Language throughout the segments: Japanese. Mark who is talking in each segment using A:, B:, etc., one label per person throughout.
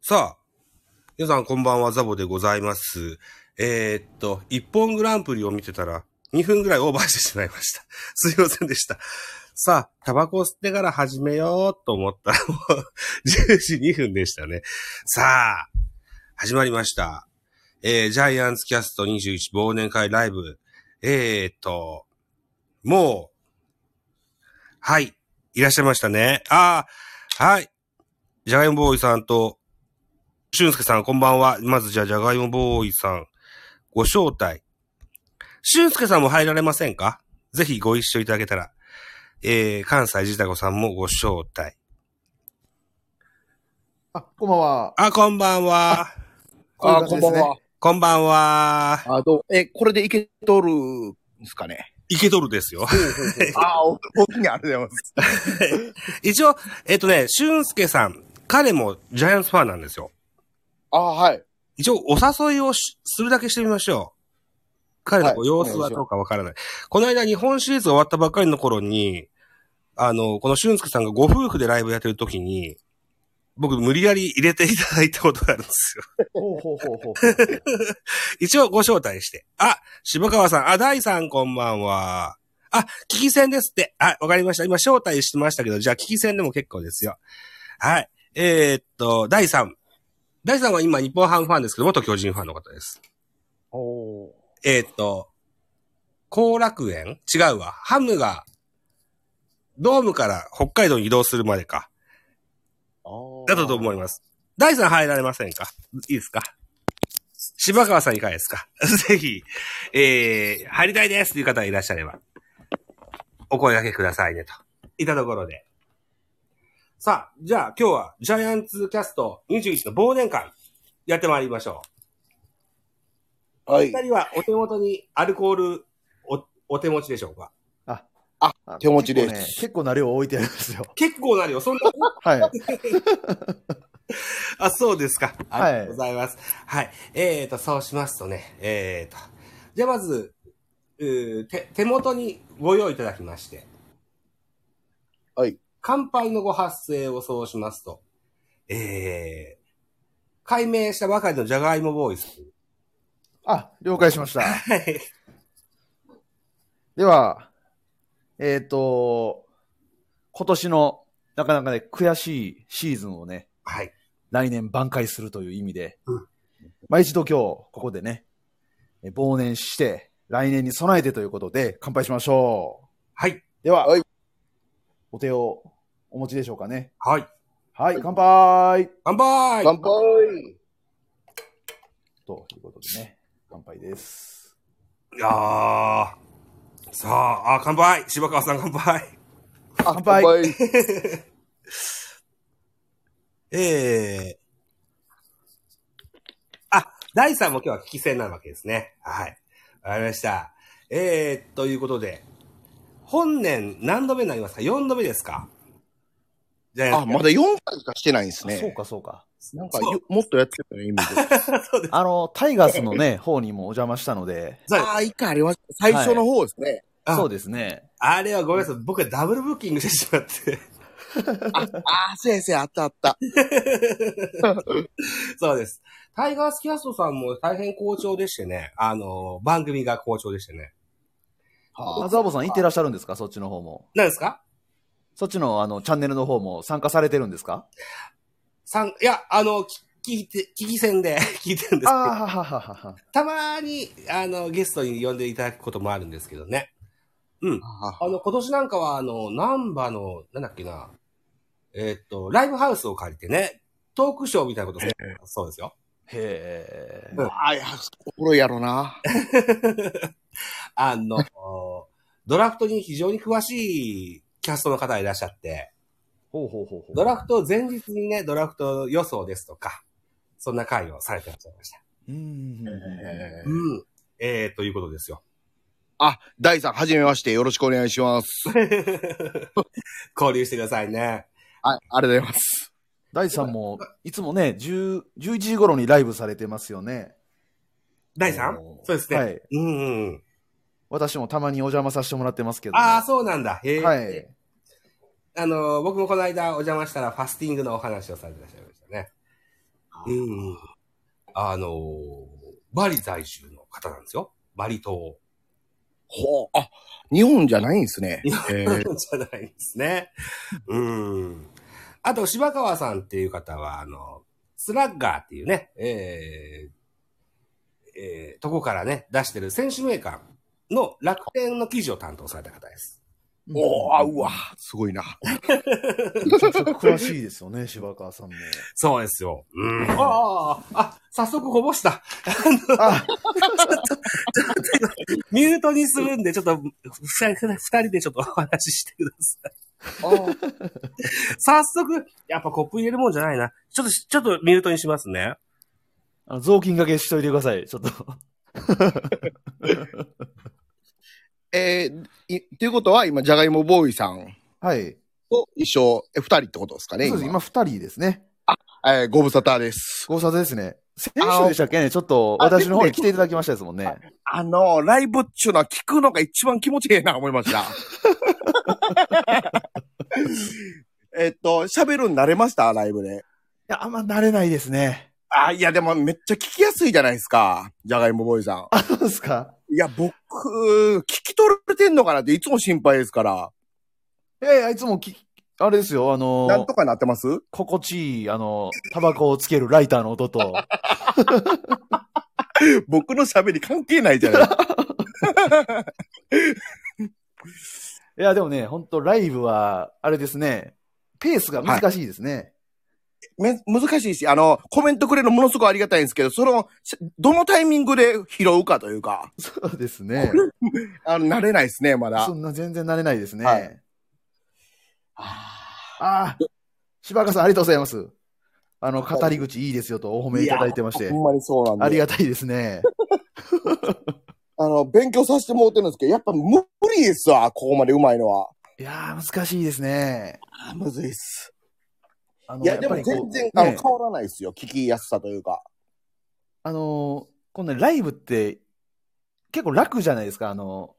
A: さあ、皆さんこんばんは、ザボでございます。えーっと、一本グランプリを見てたら、2分ぐらいオーバーしてしまいました。 すいませんでした。さあ、タバコを吸ってから始めようと思ったら、も う、10時2分でしたね。さあ、始まりました。えー、ジャイアンツキャスト21忘年会ライブ。えーっと、もう、はい、いらっしゃいましたね。ああ、はい。ジャガイモボーイさんと、俊介さん、こんばんは。まず、じゃあ、じゃがいもボーイさん、ご招待。俊介さんも入られませんかぜひご一緒いただけたら。えー、関西自太子さんもご招待。
B: あ、こんばんは。
A: あ、こんばんは。
B: あ
C: あ、
B: こ
C: こ
B: ん
C: んば
B: ばん
C: ん
B: は
C: は。
A: こんばんは。
C: あ、どうえ、これでいけとるんすか ね。
A: いけとるですよ。
C: あ、お、おきにありがとうございます。
A: 一応、えっとね、俊介さん、彼もジャイアンツファンなんですよ。
B: あ、はい。
A: 一応、お誘いをしするだけしてみましょう。彼の
B: はい
A: 様子はどうかわからない。この間、日本シリーズ終わったばっかりの頃に、あの、この俊介さんがご夫婦でライブやってる時に、僕、無理やり入れていただいたことがあるんですよ。
B: ほうほうほうほう。
A: 一応、ご招待して。あ、渋川さん、あ、大さん、こんばんは。あ、危機戦ですって。あ、わかりました。今、招待してましたけど、じゃあ、危機戦でも結構ですよ。はい。えーっと、大さん。大さんは今、日本ハムファンですけど、元巨人ファンの方です。
B: お ー
A: えーっと、後楽園違うわ。ハムが、ドームから北海道に移動するまでか。だったと思います。ダイさん入られませんかいいですか柴川さんいかがですか ぜひ、えー、入りたいですという方がいらっしゃれば、お声掛けくださいねと。いったところで。さあ、じゃあ今日はジャイアンツキャスト21の忘年会やってまいりましょう。
C: は
A: お二人はお手元にアルコールお、お手持ちでしょうか
B: あ
C: 手持ちです
B: 結構,、ね、結構な量置いてあるんですよ。
A: 結構なるよ。そんな、
B: はい。
A: あ、そうですか。
B: は
A: あ
B: い
A: りがとうございます。はい。えーと、そうしますとね、えーと。じゃあまず、うー手、手元にご用意いただきまして。
C: はい。
A: 乾杯のご発声をそうしますと、えー、解明したばかりのジャガイモボーイズ。
B: あ、了解しました。
A: はい。
B: では、えっ、と、今年の、なかなかね、悔しいシーズンをね、
A: はい。
B: 来年挽回するという意味で、
A: うん
B: まあ一度今日、ここでね、え忘年して、来年に備えてということで、乾杯しましょ
A: はい。
B: う。では、
C: はい
B: お手をお持ちでしょうかね。
A: はい。
B: はい、乾杯
A: 乾杯
C: 乾杯
B: ということでね、乾杯です。
A: いやー。さあ、あ、乾杯柴川さん乾杯
C: 乾
B: 杯
A: ええあ、第3も今日は危機戦なわけですね。はい。わかりました。ええということで、本年何度目になりますか ?4 度目ですかじゃ
C: あ、まだ4回しかしてないんです
B: あそう
C: ね。
B: か、そうか。
C: なんかよ、もっとやってたよね、今。
B: あの、タイガースのね、方にもお邪魔したので、
A: そう
C: ああ、一回ありました。最初の方ですね。
A: あ
B: そうですね。
A: あれはごめんなさい。僕はダブルブッキングしてしまって。
C: ああ、先生、あったあった。
A: そうです。タイガースキャストさんも大変好調でしてね。あの、番組が好調でしてね。
B: あザボさん行ってらっしゃるんですかそっちの方も。
A: 何ですか
B: そっちの、あの、チャンネルの方も参加されてるんですか
A: 三いや、あの、き聞いて、聞き戦で 聞いてるんですけど
B: ああ、はははは。
A: たまに、あの、ゲストに呼んでいただくこともあるんですけどね。うん。
C: あ
A: あの、今年なんかは、あの、難波の、なんだっけな、えーっと、ライブハウスを借りてね、トークショーみたいなことをそうですよ。
B: へえ。
C: あ、いや、おもろいやろな。
A: あの、 ドラフトに非常に詳しいキャストの方がいらっしゃって、
B: ほうほうほうほう。
A: ドラフト前日にね、ドラフト予想ですとか、そんな会をされてらっしゃいました。
B: うんうんうん。
C: えー
A: うん。えー、ということですよ。
C: あ、大さん、はじめまして。よろしくお願いします。
A: 交流してくださいね。
C: はい、ありがとうございます。
B: 大地さんも、いつもね、10 11時頃にライブされてますよね。
A: 第 3?
C: おー
A: そうですね。
B: はい。
A: うんうんうん。
B: 私もたまにお邪魔させてもらってますけど、
A: ああ、そうなんだ。へえ。
B: はい。
A: あの、僕もこの間お邪魔したらファスティングのお話をされてらっしゃいましたね。うん。あのーバリ在住の方なんですよ。バリ島。
C: ほう。あ、日本じゃないんですね。えー
A: じゃないですね。うん。あと、柴川さんっていう方は、あの、スラッガーっていうね、えー、えーとこからね、出してる選手名鑑の楽天の記事を担当された方です。
C: おーあ、うわ、すごいな。
B: めちゃくちゃ詳しいですよね、柴川さんも。
A: そうですよ。うん。ああ、あ、早速こぼした。
B: あ、
A: ミュートにするんで、ちょっと、二人二人でちょっとお 話ししてください。早速、やっぱコップ入れるもんじゃないな。ちょっとし、ちょっとミュートにしますね。
B: あの雑巾掛けしといてください、ちょっと。
C: えー、いということは、今、ジャガイモボーイさん
B: はい。
C: と一緒、え、二人ってことですかね。
B: そうです、今二人ですね。
C: えーご無沙汰です。
B: ご無沙汰ですね。選手でしたっけね、ちょっと私の方に来ていただきましたですもんね。
C: あの、ライブっちゅうのは聞くのが一番気持ちいいな、思いま した。えっと、喋るん慣れましたライブで。
B: いや、あんま慣れないですね。
C: あ、いや、でもめっちゃ聞きやすいじゃないですか。ジャガイモボーイさん。
B: あ、そうですか
C: いや、僕、聞き取れてんのかなっていつも心配ですから。
B: いやいや、いつもき、あれですよ、あのー
C: なんとかなってます
B: 心地いい、あのー、タバコをつけるライターの音 と、
C: 僕の喋り関係ないじゃ ない
B: いや、でもね、ほんとライブは、あれですね、ペースが難しいですね。
C: め難しいし、あの、コメントくれるのものすごくありがたいんですけど、その、しどのタイミングで拾うかというか、
B: そうですね。
C: あの、慣れないですね、まだ。
B: そ
C: あ
B: んな全然慣れないですね。
C: はい
B: ああ、柴川さんありがとうございます。あの、語り口いいですよとお褒めいただいてまして
C: ーほ、んまにそうなんで。
B: ありがたいですね。
C: あの、勉強させてもらってるんですけど、やっぱ無理ですわ、ここまでうまいのは。
B: いやー、難しいですね。
C: あむずいっす。
B: あの
C: いや、で
B: っぱ
C: も
B: りこう
C: 全然、
B: ね
C: あの、変わらないですよ、聞きやすさというか。
B: あのーこのね、ライブって、結構楽じゃないですか、あのー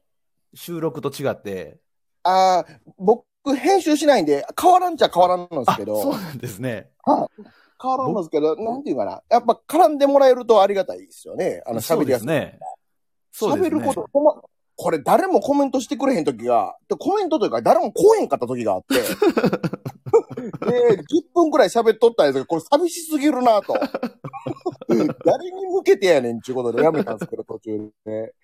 B: 収録と違って。
C: あー僕、編集しないんで、変わらんちゃ変わらんのです
B: あ、
C: けど。
B: そうなんですね。
C: 変わらんのですけど、なんていうかな。やっぱ絡んでもらえるとありがたいですよね。あの、
B: そ
C: 喋
B: う
C: り
B: で
C: や
B: す
C: すい。
B: ね。そうですね
C: 喋ること、ほんま、これ誰もコメントしてくれへん時が、でコメントというか誰も来へんかった時があ って。で、10分くらい喋っとったんですけど、これ寂しすぎるなと。 誰に向けてやねんっていうことでやめたんですけど、途中で。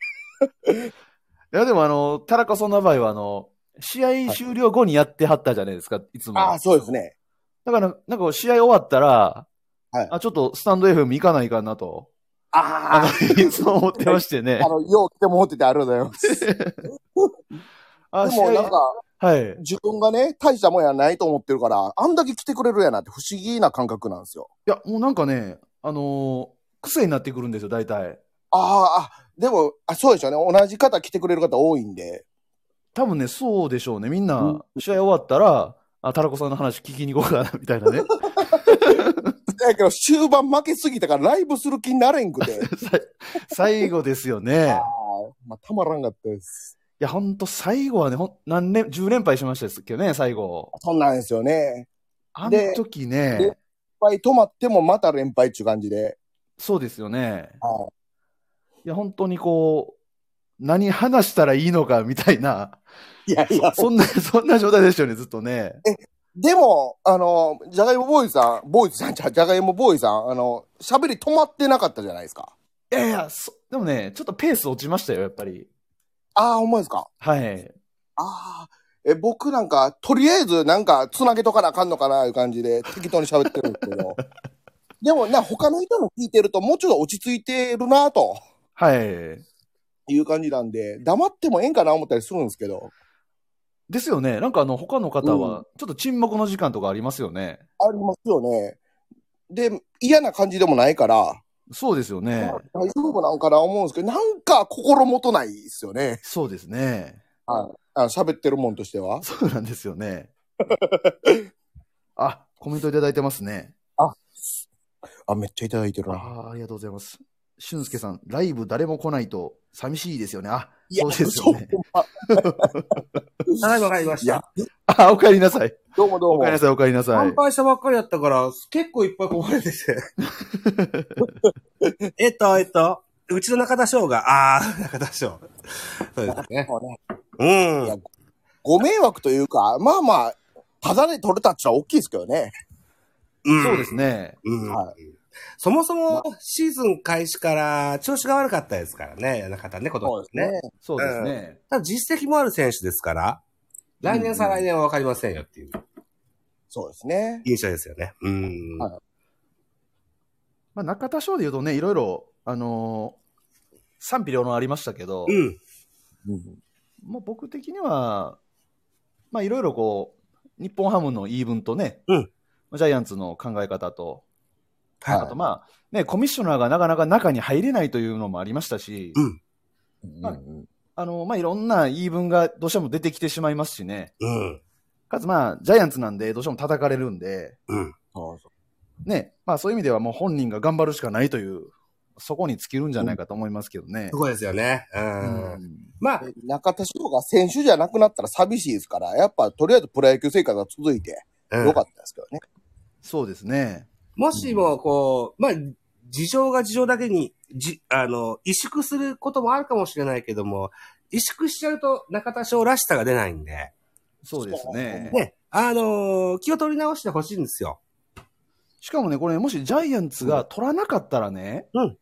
B: いや、でもあのー、田中さんの場合は、あのー試合終了後にやってはったじゃないですか、いつも。
C: ああ、そうですね。
B: だから、なんかこう試合終わったら、
C: はい
B: あ、ちょっとスタンド FM 行かないかなと、
C: あ
B: あの、 いつも思ってましてね
C: あ、あ。の、よう来てもらっててありがとうございます。
B: あ、
C: でもなんか、
B: 試合はい。
C: 自分がね、大したもんやないと思ってるから、あんだけ来てくれるやなって不思議な感覚なんですよ。
B: いや、もうなんかね、あのー癖になってくるんですよ、大体。
C: ああ、あ、でも、あ、そうでしょうね。同じ方来てくれる方多いんで。
B: 多分ね、そうでしょうね。みん
C: う、
B: なん試合終わったら、あ、タラコさんの話聞きに行こうかな、みた いなね。
C: だけど、終盤負けすぎたからライブする気になれん くて。
B: さ最後ですよ
C: あ
B: ね
C: あ。、まあ、たまらんかったです。
B: いや、ほんと最後はね、ほん、何年、10連敗しましたですけどね、最後。
C: そんなんですよね。
B: あ
C: で
B: の時
C: で
B: ね、
C: いっぱい止まってもまた連敗っていう感じで。
B: そうですよね。
C: はい
B: や、本当にこう、何話したらいいのか、みたいな。
C: い。いやいや、
B: そんな、 そんな状態でしたよね、ずっとね。
C: でも、あの、ジャガイモボーイさん、ボーイズさんじゃ、ジャガイモボーイさん、あの、喋り止まってなかったじゃないですか。
B: いやいや、そでもね、ちょっとペース落ちましたよ、やっぱり。
C: ああ、ほんまですか。
B: はい。
C: ああ、え、僕なんか、とりあえずなんか、つなげとかなあかんのかな、いう感じで、適当に喋ってるんですけ ど。でもな、他の人の聞いてると、もうちょっと落ち着いてるな、と
B: はい。
C: いう感じなんで、黙ってもええんかな、思ったりするんですけど。
B: ですよね。なんかあの、他の方
C: う
B: は、ちょっと沈黙の時間とかありますよね。
C: ありますよね。で、嫌な感じでもないから、
B: そうですよね。
C: 大丈夫なんかな、思うんですけど、なんか心もとないですよね。
B: そうですね。
C: あの喋ってるもんとしては。
B: そうなんです よね。あ、コメントいただいてますね。
C: あ、めっちゃいただいてるな。
B: ああ、ありがとうございます。俊介さん、ライブ誰も来ないと寂しいですよね。あ、
C: いや
B: そうですよね
C: そうほんま
A: はい、わかりまし
C: いや
A: た。、
B: あ、お帰りなさい。
C: どうもどう
B: お
C: も
B: 帰り。なさい、お帰りなさい
A: 乾。杯したばっかりやったから、結構いっぱいこぼれてて。 えっと、えっと、うちの中田翔が、あー、中田翔。そうですね。
C: もうね
A: うん
C: い。やご迷惑というか、まあまあ、ただで取れたっちゃ大きいですけどね。
A: うん
B: そうですね。
A: うん
C: は
A: そもそもシーズン開始から調子が悪かったですからね、中田ね、今年ね。ね。
B: そうですね。
A: ただ実績もある選手ですから、来
B: うんうん
A: 年再来年は分かりませんよっていう
C: そうですね。
A: 印象ですよね。うん。
C: は
B: まあ、中田翔で言うとね、いろいろ、あのー賛否両論ありましたけど、
A: うん。
B: もう僕的には、まあ、いろいろこう、日本ハムの言い分とね、
A: うん
B: ジャイアンツの考え方と、
C: はい
B: あとまあ、ね、コミッショナーがなかなか中に入れないというのもありましたし、
A: うん
C: うんうん
B: あの、まあ、いろんな言い分がどうしても出てきてしまいますしね、
A: うん。
B: かつまあ、ジャイアンツなんでどうしても叩かれるんで、
A: うん。
C: そうそう
B: ね、まあそういう意味ではもう本人が頑張るしかないという、そこに尽きるんじゃないかと思いますけどね
A: す。ごいですよね。うん。
B: うん
A: まあ、
C: で中田翔が選手じゃなくなったら寂しいですから、やっぱとりあえずプロ野球生活が続いて、
A: うん
C: よかったですけどね。
B: そうですね。
A: もしも、こう、まあ、事情が事情だけに、じ、あの、萎縮することもあるかもしれないけども、萎縮しちゃうと中田翔らしさが出ないんで、
B: そうですね。
A: ね、あのー気を取り直してほしいんですよ。
B: しかもね、これ、もしジャイアンツが取らなかったらね、
A: うん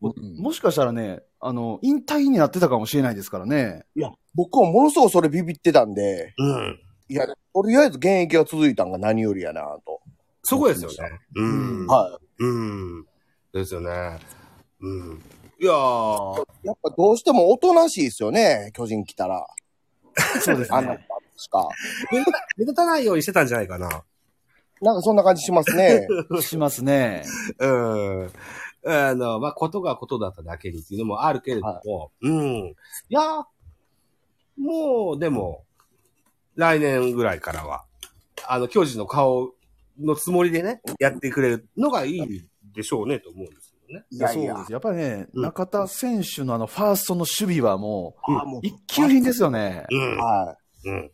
B: ももしかしたらね、あの、引退になってたかもしれないですからね。
C: いや、僕はものすごくそれビビってたんで、
A: うん。
C: いや、とりあえず現役が続いたんが何よりやなと。
A: すごいですよね。う
B: うん
A: ん。
C: は
A: うん。ですよね。うん。いやー、
C: い。やっぱどうしてもおとなしいですよね、巨人来たら。
B: そうです
C: あの
B: ね。、
C: しか。
A: 目立たないようにしてたんじゃないかな。
C: なんかそんな感じしますね。
B: しますね。
A: うん。あの、まあ、ことがことだっただけにっていうのもあるけれども、うん。いや、もう、でも、来年ぐらいからは、あの、教授の顔のつもりでね、やってくれるのがいいでしょうね、と思うんですよね。
C: い
B: いや
C: やい
B: そう
C: や
B: で。す。やっぱりね、
A: うん
B: 中田選手のあの、ファーストの守備はも
C: あも
B: う、一級品ですよね。
C: は
A: うん。うん。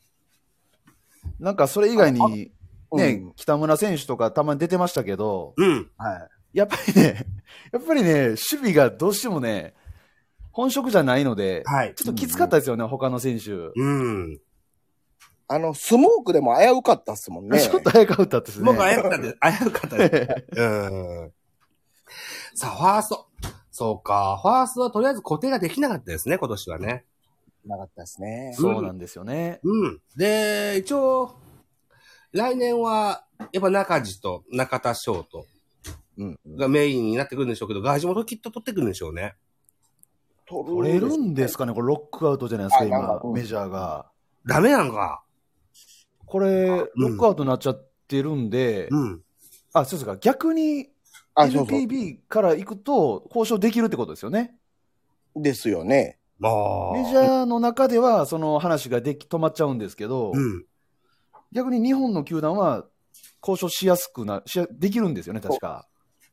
B: なんかそれ以外に、
C: い。
B: ね、
C: うん
B: 北村選手とかたまに出てましたけど、
A: うん。
C: はい。
B: やっぱりね、 やっぱりね、守備がどうしてもね、本職じゃないので、
A: はい。
B: ちょっときつかったですよね、他の選手。
A: うん。
C: あの、スモークでも危うかったっすもんね。
B: ちょっと早かったですね。
A: 僕、危うかったです。危うかったです。うんさあ、ファースト。そうか。ファーストはとりあえず固定ができなかったですね、今年はね。
C: なかったですね。
B: そうなんですよね。
A: うん。で、一応、来年は、やっぱ中地と中田翔と
C: うん。
A: がメインになってくるんでしょうけど、外地もきっと取ってくるんでしょうね。
B: 取れるんですかね、これ、ロックアウトじゃないですか、
C: あなん
B: 今
C: か、うん
B: メジャーが。
A: ダメなんか。
B: これ、ロックアウトになっちゃってるんで、
A: うん。
B: あ、そうですか、逆に
C: あ、そうそう。
B: NPB から行くと、交渉できるってことですよね。
C: ですよね。
A: まあ。
B: メジャーの中では、その話ができ止まっちゃうんですけど、
A: うん。
B: 逆に日本の球団は、交渉しやすくな、しやできるんですよね、確か。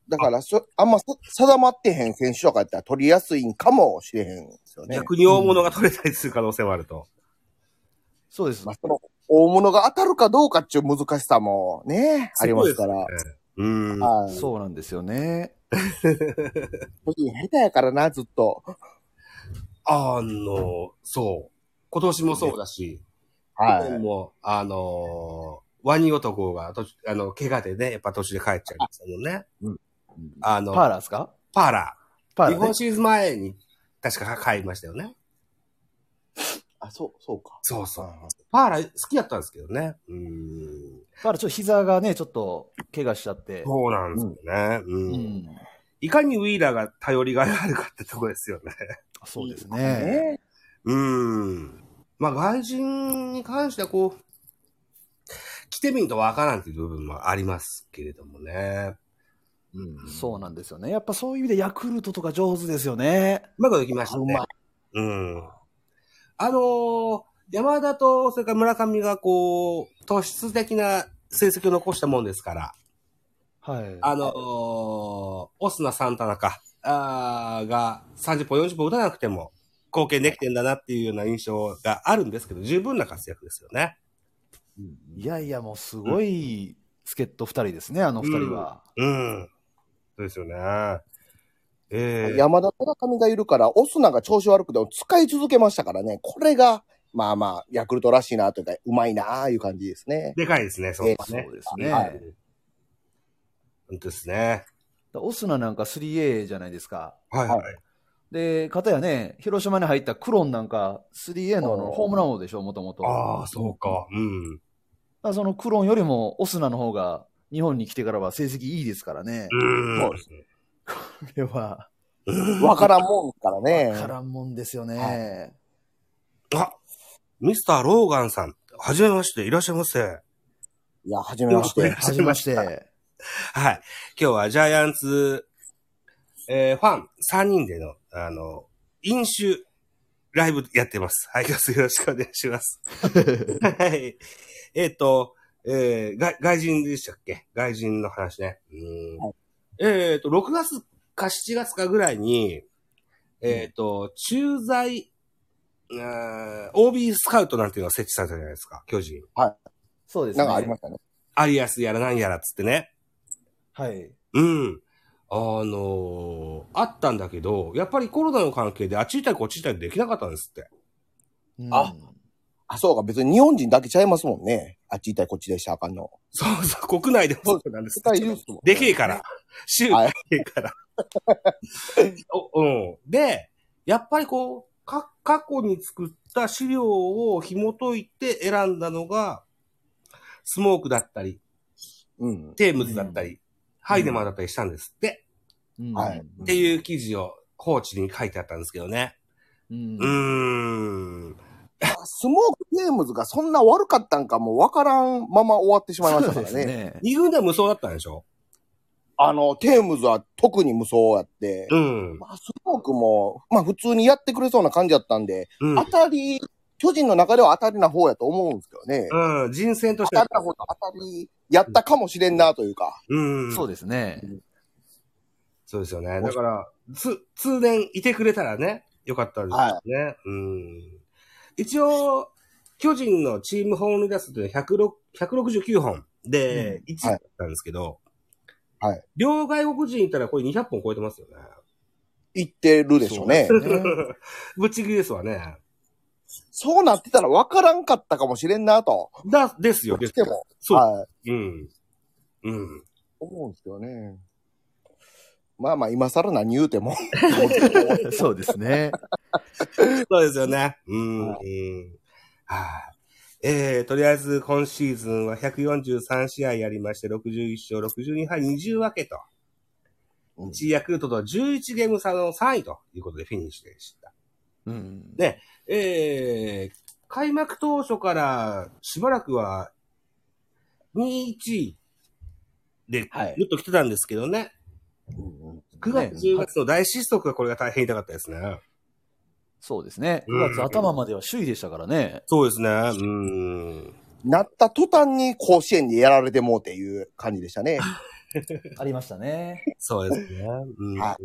C: だからそ、あんまさ定まってへん選手とかやったら取りやすいんかもしれへんですよね。
A: 逆に大物が取れたりする可能性もあると。
B: そうです
C: まあ、。その、大物が当たるかどうかっていう難しさもね、ありますから。
A: うん。
C: はい。
B: そうなんですよね。
C: 個人下手やからな、ずっと。
A: あの、そう。今年もそうだし。
C: は
A: で
C: い。
A: もう、あのーワニ男が途中、あの、怪我でね、やっぱ途中で帰っちゃいましたもんね。
C: うんうん
A: あの、
B: パ
A: パ
B: ーラーですか
A: ーラ
B: パー
A: ー。日
B: ラー、ね
A: 本。シリーズ前に、確か帰りましたよね。
C: あ、そう、そうか。
A: そうそう。パーラー好きだったんですけどね。うーん。
B: パーラー、ちょっと膝がね、ちょっと、怪我しちゃって。
A: そうなんですよね。う。
B: うんん。
A: いかにウィーラーが頼りがいがあるかってとこですよね。
B: そうです
C: ね
B: ね。
A: うーん。まあ、外人に関してはこう、来てみんとわからんっていう部分もありますけれどもね。
C: うん
B: そうなんですよね。やっぱそういう意味でヤクルトとか上手ですよね。
A: うまいこといきましたね。うん。あのー山田と、それから村上がこう、突出的な成績を残したもんですから、
B: はい。
A: あのーオスナ・サンタナか、あーが30本、40本打たなくても貢献できてんだなっていうような印象があるんですけど、十分な活躍ですよね。
B: いやいや、もうすごい助っ人2人ですね、あの2人は。
A: うん。そうですよね。ええ
C: 山田村上がいるから、オスナが調子悪くても使い続けましたからね。これが、まあまあ、ヤクルトらしいなというか、うまいなあいう感じですね。
A: でかいですね、そうです
B: そ
A: ね。
B: うですね。
C: は
B: はいい、
A: 本当ですね。
B: オスナなんか 3A じゃないですか。
A: はいはい。
B: で、かたやね、広島に入ったクロンなんか 3A のあのホームラン王でしょ、もともと。
A: ああ、そうか。うん。
B: だからそのクロンよりもオスナの方が日本に来てからは成績いいですからね。
A: うん。
C: そうです
A: ね。
B: これは、
C: わからんもんからね
B: わ。からんもんですよね。
A: あ、ミスター・ローガンさん、はじめまして、いらっしゃいませ。
C: いや、初めまし
A: い
C: て
A: や。
B: はじめまして。
A: はい。今日はジャイアンツ、えーファン3人での、あの、飲酒、ライブやってます。はい、今日よろしくお願いします。 はい。えっ、と、えー、外外人でしたっけ外人の話ね。うん
C: は
A: えっ、と、6月か7月かぐらいに、えっ、と、駐在、あー OB スカウトなんていうのが設置されたじゃないですか、巨人。
B: そうです
C: な
B: ね。
C: んかありましたね。
A: アリアスやらなんやらっつってね。
B: はい。
A: うん。あのーあったんだけど、やっぱりコロナの関係であっち行ったりこっち行ったりできなかったんですって。
B: うん
C: ああ、そうか。別に日本人だけちゃいますもんね。あっち行ったりこっちでしたらあかんの。
A: そうそう、国内でもそうなんです。
C: 世界ユースもんね
A: でけえ から。州
C: は
A: で
C: い
A: けえから。 おうん。で、やっぱりこう、か、過去に作った資料を紐解いて選んだのが、スモークだったり、
C: うん。
A: テームズだったり、ハイデマンだったりしたんですって、
B: うん
C: はい
A: っていう記事を、放置に書いてあったんですけどね。
B: うん
A: うーん。
C: スモークゲームズがそんな悪かったんかもわからんまま終わってしまいました
B: そ
C: か
B: うで
C: ら
B: す
C: ね。
B: ね。
A: 二軍では無双だったんでしょ
C: あの、テームズは特に無双やって、
A: うん。
C: まあ、スモークも、まあ普通にやってくれそうな感じだったんで、
A: うん
C: 当たり、巨人の中では当たりな方やと思うんですけどね。
A: うん。人選と
C: 当
A: して
C: たりな方と当たり、やったかもしれんなというか。
A: うん。
B: そう
A: で
B: ですね。
A: す。そうですよね。だから、つ、通年いてくれたらね、よかったんですよね。うん。一応、巨人のチーム本塁打数って106 169本で1位だったんですけど、
C: はい。
A: 両外国人いたらこれ200本超えてますよね。
C: 言ってるでしょうね。
B: そうですね
A: ぶっちぎりですわね。
C: そうなってたら分からんかったかもしれんなと。
A: だ、ですよ。
C: しても、
A: そう。
C: はい。
A: うん。うん。
C: 思うんですけどね。まあまあ、今更何言うても。
B: そうですね。
A: そうですよね。うん。は。
C: はい
A: えー、とりあえず今シーズンは143試合やりまして、61勝、62敗、20分けと。
C: うん
A: 1位ヤクルトとは11ゲーム差の3位ということでフィニッシュでした。
B: うん
A: でえー、開幕当初からしばらくは2-1で
C: はい
A: ずっと来てたんですけどね。9月、10月の大失速がこれが大変痛かったですね。
B: そうですね。
A: うん
B: 9月頭までは首位でしたからね。
A: そうですね。うん。
C: なった途端に甲子園にやられてもうっていう感じでしたね。
B: ありましたね。
A: そうですね。うん
C: は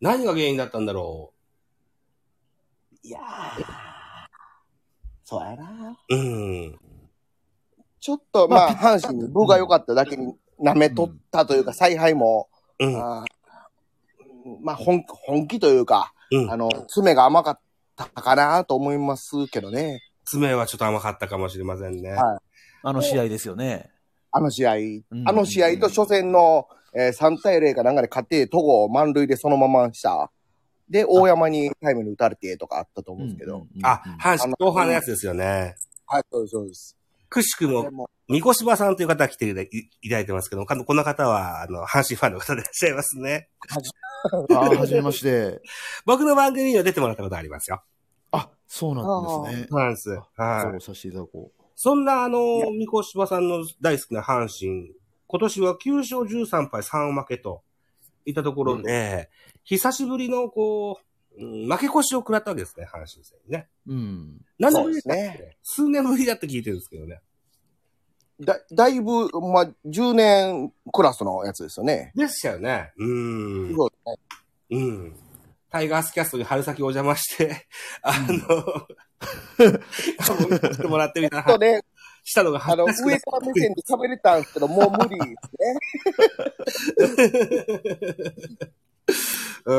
A: 何が原因だったんだろ
C: いやー。そうやな。
A: う。うん。
C: ちょっと、まあ、阪神に分が良かっただけに舐めとったというか、采配も、
A: うん。
C: あーまあ、本本気というか、
A: うん
C: あの、爪が甘かったかなと思いますけどね。
A: 爪はちょっと甘かったかもしれませんね。
C: は
B: あの試合ですよね。
C: あの試合、
B: ん
C: あの試合と初戦の、えー3対0かなんかで勝って、戸郷満塁でそのまました。で、大山にタイムに打たれてとかあったと思うんですけど。
B: うんうんうん
A: あ、阪
C: あ
A: 神
C: の
A: 後半のやつですよね。
C: はい、そうです、そうです。
A: くしく
C: で
A: も、
C: も
A: 三越柴さんという方が来ていたいただいてますけど、かこの方は、あの、阪神ファンの方でいらっしゃいますね。
B: あー、はじめまして。
A: 僕の番組には出てもらったことありますよ。
B: あ、そうなんですね。
A: そうなんです。
B: フォ
A: は
B: ロ
A: い
B: ー。させていただこう。
A: そんな、あの、三越柴さんの大好きな阪神、今年は9勝13敗3負けと、いったところで、久しぶりの、こう、うん負け越しを食らったわけですね、阪神戦にね。
B: うん。
A: 何年ぶり
C: そうですね
A: 数年ぶりだって聞いてるんですけどね。
C: だ、だいぶ、まあ、10年クラスのやつですよね。
A: でしたよね。うーん。
C: そう
A: うん。タイガースキャストに春先お邪魔して、あ の、来てもらってみた
C: ちょっと
A: ら、
C: ね、
A: したのが
C: あ
A: 恥
C: の、
A: ずかしくな
C: 上から目線で喋れたんですけど、もう無理ですね。
A: う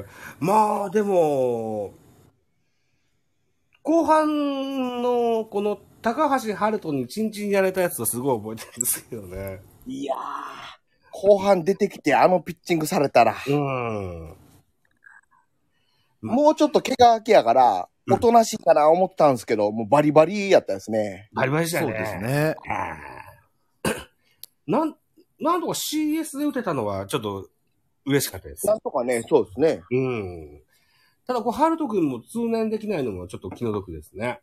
A: ん。まあ、でも、後半のこの高橋春人にチンチンやれたやつはすごい覚えてるんですけどね。
C: いやー、後半出てきてあのピッチングされたら、
A: うん。
C: もうちょっと怪我明けやから、
A: うん
C: おとなしいかな思ったんですけど、もうバリバリやったですね。
A: ありました
B: そ
A: よ
B: う
A: ね。
B: です。ね。
A: あー なん、なんとか CS で打てたのはちょっと嬉しかったです。
C: なんとかね、そうですね。
A: うん。ただ、こう、ハルト君も通年できないのもちょっと気の毒ですね。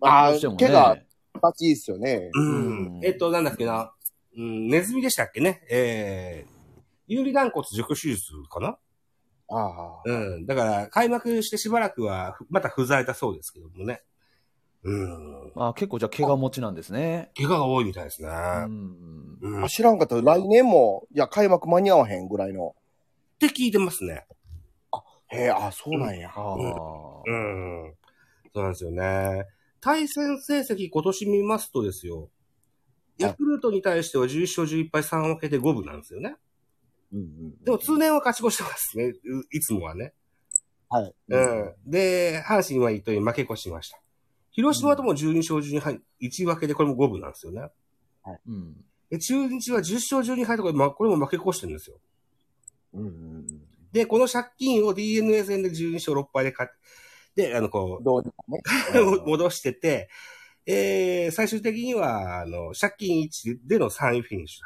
C: あ
B: どうして
C: ー、
B: もね
C: 怪我、バチいですよね。
B: ん
A: えっと、なんだっけな。うん、ネズミでしたっけね。えー、有利軟骨熟手術かな
C: ああ。
A: うん。だから、開幕してしばらくは、ふまた不在だそうですけどもね。うん。
B: まあ結構じゃあ怪我持ちなんですね。
A: 怪我が多いみたいですね。
B: うん。
A: うん。っ
C: 知らんかった。来年も、いや、開幕間に合わへんぐらいの。
A: て聞いてますね。
C: へえ、あ、そうなんや。
B: ああ。
A: うん。そうなんですよね。対戦成績今年見ますとですよ。ヤクルトに対しては11勝11敗3分けで5分なんですよね。
C: うんうん
A: でも通年は勝ち越してますね。ういつもはね。
C: はい。
A: うん。で、阪神は一に負け越しました。広島とも12勝12敗、1分けでこれも5分なんですよね。
B: うん。
A: で、中日は10勝12敗とかで、ま、これも負け越してるんですよ。
C: うんうん
A: で、この借金を DNA 戦で12勝6敗で勝って、で、あの、こ
C: う。、
A: うん
C: どうにかね。
A: 戻してて、えー、最終的には、あの、借金1での3位フィニッシ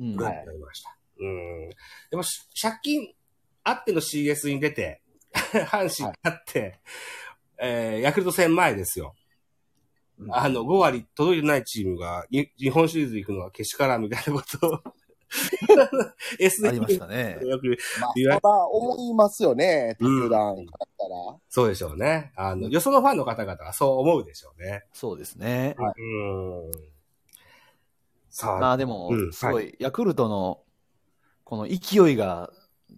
B: うん。
A: ュ
C: は
A: だ
C: い
A: となりました。うん。でも、し借金あっての CS に出て、 阪神勝って、えー、ヤクルト戦前ですよ。
C: うん
A: あの、5割届いてないチームが、に日本シリーズ行くのはけしからんみたいなこと を、S
B: ありましたね。
A: よく、
C: まあ、
A: いわ
C: ただ、思いますよね。他球団だったら。
A: そうでしょうね。あの、よそのファンの方々はそう思うでしょうね。
B: そうですね。
A: うん。さあ、
B: まあでも
A: うん、
B: すごい、ヤクルトの、この勢いが、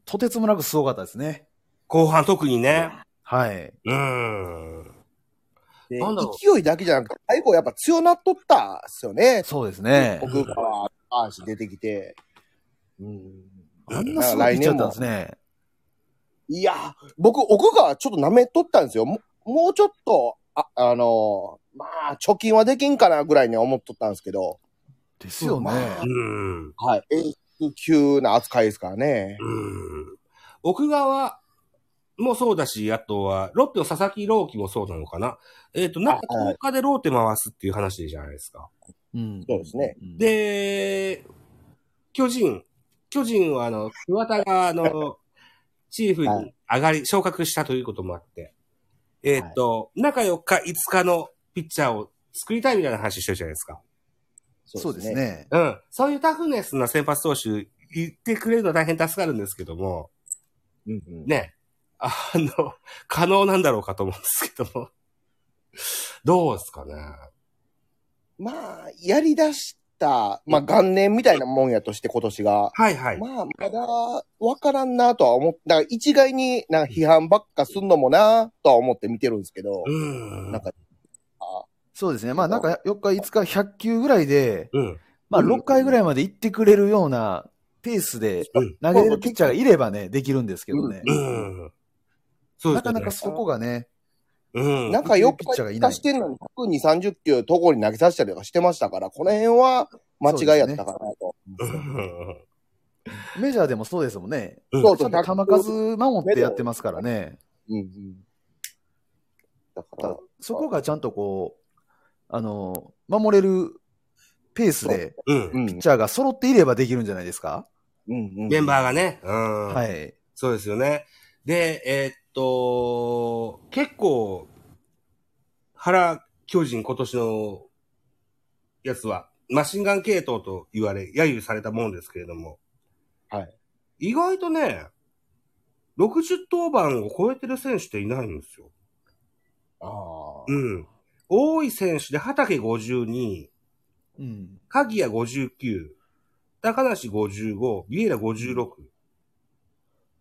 B: とてつもなくすごかったですね。
A: 後半特にね。
B: はい。
A: うん。
C: で
A: なんだろ
C: 勢いだけじゃなくて、最後やっぱ強なっとったっすよね。
B: そうですね。
C: 僕から高橋出てきて。うん、
B: あんなすごいピッチャーだったんですね。
C: いや、僕、奥川ちょっと舐めとったんですよ。ももうちょっと、あ、あのーまあ、貯金はできんかなぐらいには思っとったんですけど、
B: ですよね。
A: うん。
C: はい。永久級な扱いですからね。
A: うん。奥川もそうだし、あとは、ロッテの佐々木朗希もそうなのかな。えっ、と、中10日でローテ回すっていう話じゃないですか。
B: うん。
C: そうですね
B: ん。
A: で、巨人。巨人は、あの、桑田が、あの、チーフ
C: は
A: に上がり、昇格したということもあって、えーっと、中4日、5日のピッチャーを作りたいみたいな話してるじゃないですか。
B: そうです。ね。
A: うん。そういうタフネスな先発投手、言ってくれるのは大変助かるんですけども、
C: うんうん
A: ね、あの、可能なんだろうかと思うんですけども、どうですかね。
C: まあ、やり出した、まあ、元年みたいなもんやとして、今年が。
A: はいはい。
C: まあ、まだ、わからんなとは思って、だから一概になんか批判ばっかすんのもなとは思って見てるんですけど、
A: うん。
C: なんか、
B: そうですね。まあなんか4日、5日、100球ぐらいで、
A: うん。
B: まあ
C: うん
B: 6回ぐらいまで行ってくれるようなペースで
A: うん
B: 投げれるピッチャーがいればね、できるんですけどね。
A: うん。そうですよ
B: なか
A: ね
B: なかそこがね、
A: うん。
C: なんかよく
B: ピッチャーがいない
C: 出してんのに120、30球、とこに投げさせたりとかしてましたから、この辺は間違いやったかなと。
A: うん
B: メジャーでもそうですもんね。
A: うん
C: そう
B: ち
C: そ
B: ょ
C: う、
B: っと球数守ってやってますからね。
C: うんうん。だから、
B: そこがちゃんとこう、あの、守れるペースで、
A: うん。
C: ん
B: ピッチャーが揃っていればできるんじゃないですか、
C: うんうん
A: メンバーがね。うん。
B: はい。
A: そうですよね。で、えーっと、結構、原巨人今年のやつは、マシンガン系統と言われ、揶揄されたもんですけれども。
C: はい。
A: 意外とね、60登板を超えてる選手っていないんですよ。
C: ああ
A: うん。多い選手で畑52、
B: うん。
A: 鍵谷59、高梨55、ビエラ56。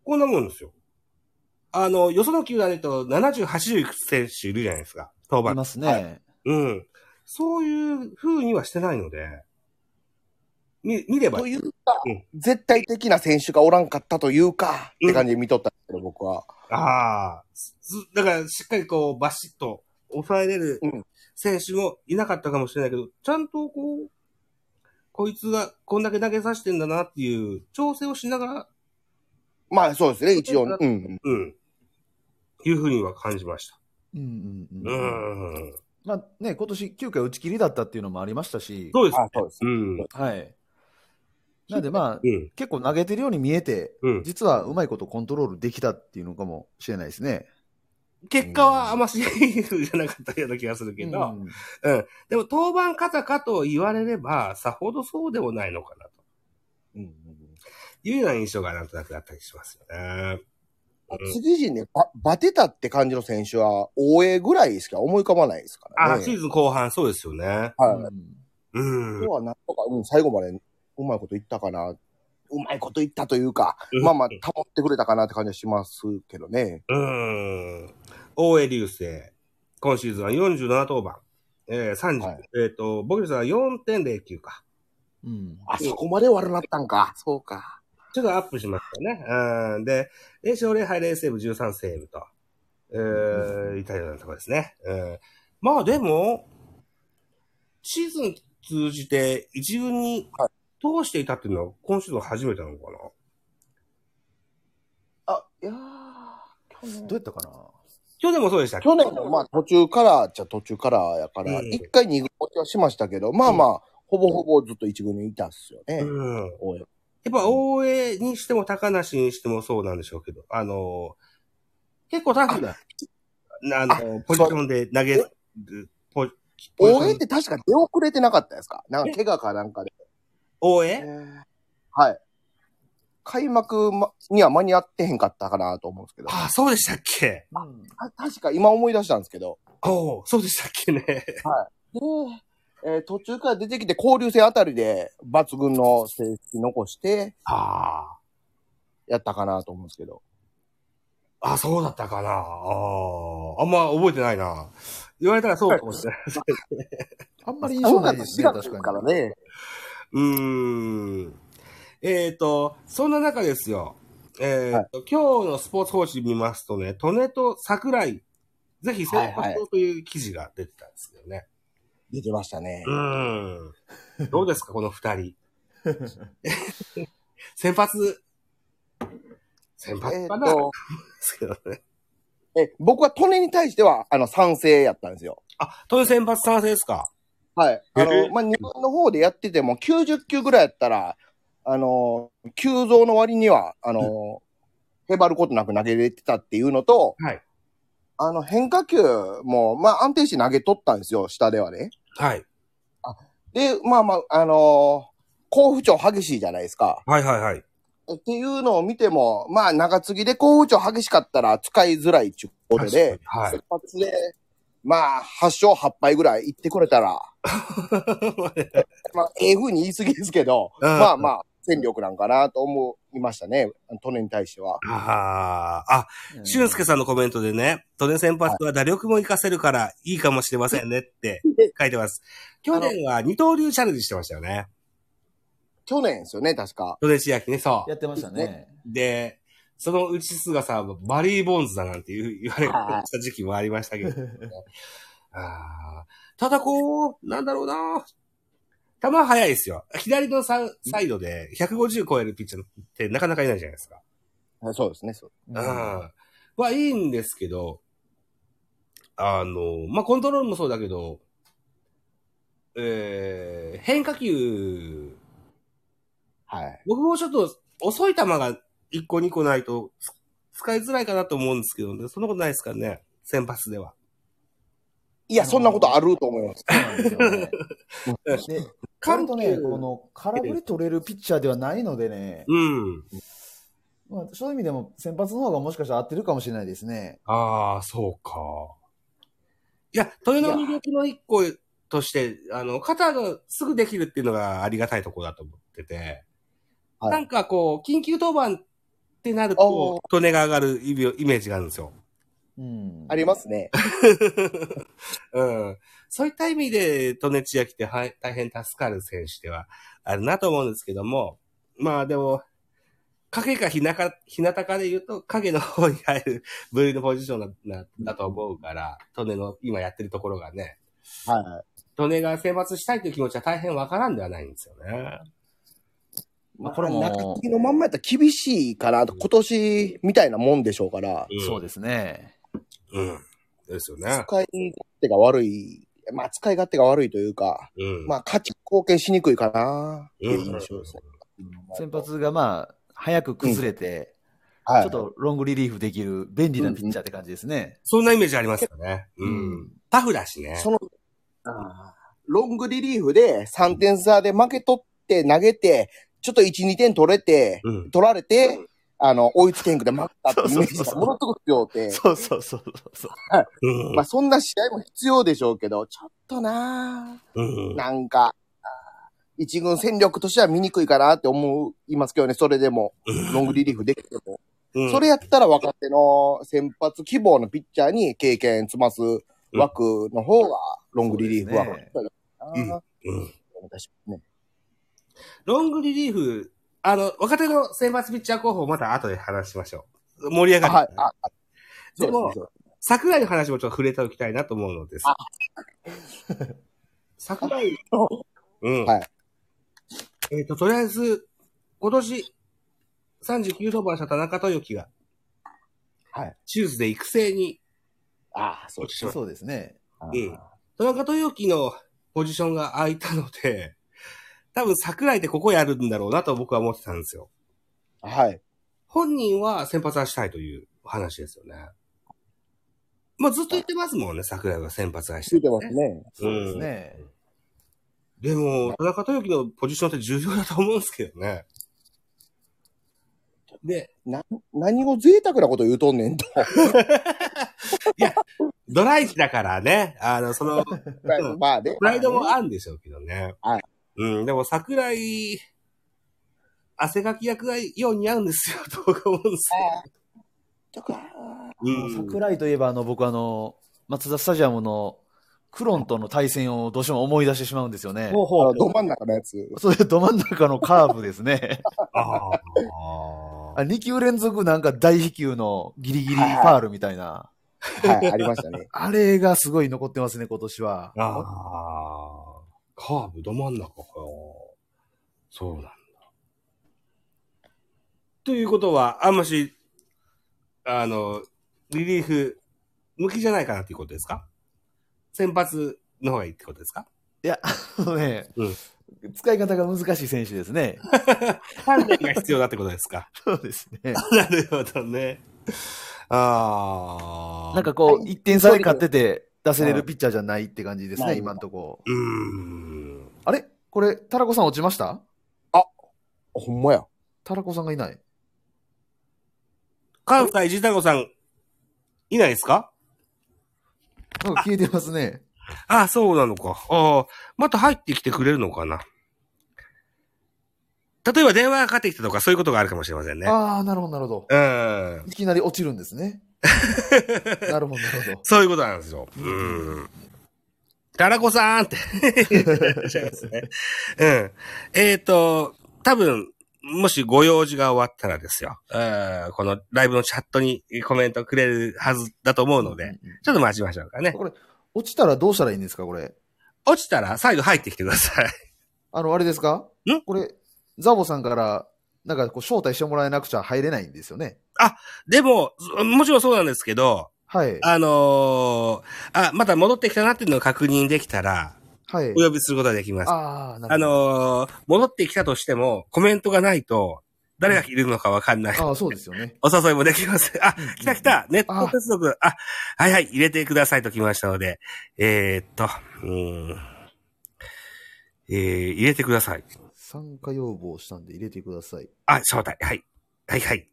A: こんなもんですよ。あの、よその球団で言うと70、80いくつ選手いるじゃないですか。当
B: い
A: 番。
B: ますね。
C: は
A: うん。そういう風にはしてないので、見、見れば
C: というか、
A: うん
C: 絶対的な選手がおらんかったというか、って感じで見とったんですけど、僕は。
A: ああ、すだからしっかりこうバシッと抑えれる
C: うん
A: 選手もいなかったかもしれないけど、ちゃんとこう、こいつがこんだけ投げさせてんだなっていう調整をしながら、
C: まあそうですね、一応。うん。
A: うん、いうふうには感じました。
B: うんうん
A: う
B: うん。
A: ん。
B: まあね、今年9回打ち切りだったっていうのもありましたし、
A: そうです
C: あ。そうです。
A: うん。
B: はい。なんでまあ、
A: うん。
B: 結構投げてるように見えて、
A: うん。
B: 実はうまいことコントロールできたっていうのかもしれないですね。
A: 結果はあんましじゃなかったような気がするけど、
B: うん
A: でも登板方かと言われれば、さほどそうでもないのかなと
C: うんうん
A: いうような印象がなんとなくだったりしますよね。
C: うん次陣でババテたって感じの選手は、大江ぐらいしか思い浮かばないですから
A: あ、
C: ね。
A: シーズン後半、そうですよね。
C: はい。
A: うん。
C: 今日はなんとか、うん、最後までうまいこと言ったかな。うまいこと言ったというか、
A: うん
C: まあまあ、保ってくれたかなって感じはしますけどね。
A: うん。大江流星、今シーズンは47登板。えー、30、
C: はい
A: えっ、と、ボキルさんは4.09か。
B: うん。
C: あそこまで悪なったんか。そうか。
A: ちょっとアップしましたね。うん。で、0勝0敗0セーブ13セーブと、えー、いたようなところですね。うん。まあでも、シーズン通じて一軍に
C: は
A: 通していたっていうのは今シーズン初めてなのかな
C: あ、いやー去
B: ど
C: 年
B: うやったかな
A: 去年もそうでしたっけ
C: 去年もまあ途中からじゃ途中からやから、
A: うん
C: 一、回二軍落ちはしましたけど、まあまあ、ほぼほぼずっと一軍にいたっすよね。
A: うん。
C: 大江
A: やっぱ大江にしても高梨にしてもそうなんでしょうけど、あのー結構タフな、あのーポジションで投げる、ポジポジション
C: 大江って確か出遅れてなかったですかなんか怪我かなんかで。
A: 大
C: え
A: 江
C: ーはい。開幕まには間に合ってへんかったかなと思うんですけど。
A: ああ、そうでしたっけ
B: うん
C: あ確か今思い出したんですけど、
A: おおそうでしたっけね。
C: で、えー途中から出てきて交流戦あたりで抜群の成績残して
A: あ
C: やったかなと思うんですけど。
A: あ。あ、そうだったかな。ああ。あんま覚えてないな。言われたらそうかもしれない。
B: あんまり印象
C: そう
B: な
C: ないん
B: で
C: ですす
B: ね、確かに。
C: からね。
A: うーん。えっ、と、そんな中ですよ。えっ、と、今日のスポーツ報知見ますとね、トネと桜井、ぜひ先発をという記事が出てたんですけどね。
C: 出てましたね。
A: うーん。どうですか、この二 人。先発。先
C: え
A: 発か
C: ーっ
A: な、で
C: と、
A: すけどね。
C: え、僕はトネに対しては、あの、賛成やったんですよ。
A: あ、トネ先発賛成ですか
C: はい。あ
A: えー
C: の、まあ、日本の方でやってても、90球ぐらいやったら、あの、急増の割には、あの、へばることなく投げれてたっていうのと、
A: はい
C: あの、変化球も、まあ、安定して投げとったんですよ、下ではね。
A: はい。
C: で、まあまあ、あの好不調激しいじゃないですか。
A: はいはいはい。
C: っていうのを見ても、まあ、長継ぎで好不調激しかったら使いづらいっていうことで、
A: はい
C: 先発で、まあ、8勝8敗ぐらい行ってくれたら、。まあ、ええ風に言い過ぎですけど、
A: うん
C: まあまあ、戦力なんかなと思いましたね、トネに対しては。
A: ああ、あ、
B: うん
A: 俊介さんのコメントでね、トネ先発は打力も活かせるからいいかもしれませんねって書いてます。去年は二刀流チャレンジしてましたよね。
C: 去年ですよね、確か。
A: トネ千秋ね、そ
B: やってましたね。
A: う。で、そのうち菅さんはバリーボンズだなんていう言われ
C: は
A: た時期もありましたけ ど。ああただこう、なんだろうな。球速いですよ。左のササイドで150超えるピッチャーってなかなかいないじゃないですか。
C: そうですね、そう。
B: うん
A: うんはいいんですけど、あの、まあ、コントロールもそうだけど、えー、変化球、
C: はい。
A: 僕もちょっと遅い球が1個2個ないとつ使いづらいかなと思うんですけどね、そんなことないですかね、先発では。
C: いや、そんなことあると思います。
B: そうなんですよね。で、
A: 緩急
B: 割とね、この空振り取れるピッチャーではないのでね、
A: うん。
B: まあ、そういう意味でも先発の方がもしかしたら合ってるかもしれないですね。
A: ああ、そうか。いや、豊の魅力の1個として、あの、肩がすぐできるっていうのがありがたいところだと思ってて、
C: はい
A: なんかこう、緊急登板ってなる
C: お
A: と、トネが上がるイビイメージがあるんですよ。
B: うん。
C: ありますね。
A: うん。そういった意味で、トネチヤキってはい大変助かる選手ではあるなと思うんですけども、まあでも、影か日向か、日向かで言うと、影の方に入る部類のポジションだなだと思うから、トネの今やってるところがね、
C: は
A: トネが選抜したいという気持ちは大変わからんではないんですよね。
C: い。ま
B: まあ
C: あ、
B: こ
C: こ
B: れ
C: れ
B: も
C: 中継のまんまやったら厳しいかなと、今年みたいなもんでしょうから、
A: ん
B: そうですね。
A: うん。ですよね。
C: 使い勝手が悪い、まあ、使い勝手が悪いというか、
A: うん。
C: まあ、価値貢献しにくいかなっていう印象ですね。
B: 先発がまあ、早く崩れて、
C: はい、
B: ちょっとロングリリーフできる便利なピッチャーって感じですね。
A: そんなイメージありますよね。うん。タフだしね。
C: その、あーロングリリーフで3点差で負け取って投げて、ちょっと1、2点取れて、
A: うん。
C: 取られて、あの、追いつけんくで負けたってイメージ
B: そうそうそう
C: が
B: そう
C: ものすごく強くて、
B: そうそうそうそう。
A: うん。
C: まあそんな試合も必要でしょうけど、ちょっとな
A: うん
C: ぁ、。なんか、あー一軍戦力としては見にくいかなって思いますけどね、それでも、ロングリリーフできても。
A: うん
C: それやったら若手の先発希望のピッチャーに経験積ます枠の方が、ロングリリーフは
B: そう
C: 欲
B: で
C: しい
B: す
C: かなぁ
A: うん。
C: 思いましたね。
A: ロングリリーフ、あの、若手の選抜ピッチャー候補また後で話しましょう。盛り上がる。
C: はい。あ、あ
A: で
C: そうですね
A: も、桜井の話もちょっと触れておきたいなと思うのです。桜井の、うん。
C: はい
A: えっ、と、とりあえず、今年、39登板した田中豊樹が、
C: はい。
A: 手術で育成に
C: ああ、そう
A: 落
C: で
A: ち
C: す
A: てます。
B: そうですね。
A: うん田中豊樹のポジションが空いたので、 多分桜井ってここやるんだろうなと僕は思ってたんですよ。
C: はい。
A: 本人は先発はしたいという話ですよね。まあずっと言ってますもんね、桜井は先発はし
C: つ
A: たい
C: いてますね。
B: そうですね。
A: でも、田中豊樹のポジションって重要だと思うんですけど ね。で、
C: な、何を贅沢なこと言うとんね んと。
A: ドライチだからね、あの、その、プん
C: まあね。
A: ライドもあるんでしょうけどね。
C: はい。
A: うん、でも桜井、汗かき役がよう似合うんですよ、と僕は思うんですよ。
C: ああとか、
A: うん
B: 桜井といえば、あの、僕あの、松田スタジアムのクロンとの対戦をどうしても思い出してしまうんですよね。
A: ほう
C: あ
A: ほう
C: の、ど真ん中のやつ。
B: それど真ん中のカーブですね。
A: あ
B: あ
A: ー
B: 2球連続なんか大飛球のギリギリファールみたいな。
C: はい、ありましたね。
B: あれがすごい残ってますね、今年は。
A: ああ。カーブど真ん中か。そうなんだ。ということは、あんまし、あの、リリーフ、向きじゃないかなっていうことですか先発の方がいいってことですか
B: いや、あのね、
A: う
B: 使い方が難しい選手ですね。
A: 鍛錬が必要だってことですか
B: そうですね。
A: なるほどね。ああ。
B: なんかこう、1点差で勝ってて出せれ
C: う
B: る
C: ん
B: ピッチャーじゃないって感じです
C: な
B: ね、
C: い
B: 今んとこ。
A: うーん。
B: あれこれ、タラコさん落ちました
C: ほんまや。
B: タラコさんがいない。
A: 関西ジタゴさん、いないですか
B: なんか消えてますね。
A: ああ、そうなのか。ああ、また入ってきてくれるのかな。例えば電話がかかってきたとかそういうことがあるかもしれま せんね。
B: ああ、なるほど、なるほど。
A: うん。
B: いきなり落ちるんで すね。なるほど、なるほ
A: そういうことなんですよ。うん。タラコさ んって言っちゃいますね。うん。えっ、と、多分、もしご用事が終わったらですよ。うんこのライブのチャットにコメントくれるはずだと思う
B: ど。
A: ので、ちょっと待ちましょうかね。
B: これ、落ちたらどうしたらいいんですか、これ。
A: 落ちたら再度入ってきてください。
B: あの、あれですか
A: ん
B: これ、ザボさんから、なんかこう、招待してもらえなくちゃ入れないんですよね。
A: でも、そもちろんそうなんですけど、
B: はい。
A: あのーあ、また戻ってきたなっていうのを確認できたら、
B: はい
A: お。呼びすることができます。あ、
B: ああ、なるほど。
A: のー戻ってきたとしても、コメントがないと、誰がいるのかわかんない。
B: ああ、そうですよね。
A: お誘いもできません。あ、来た来たネット接続あはいはい、入れてくださいと来ましたので、えー、っと、うーん。えー、入れてください。
B: 参加要望したんで入れてくだ さい。
A: あ、招待。はい。はいはい。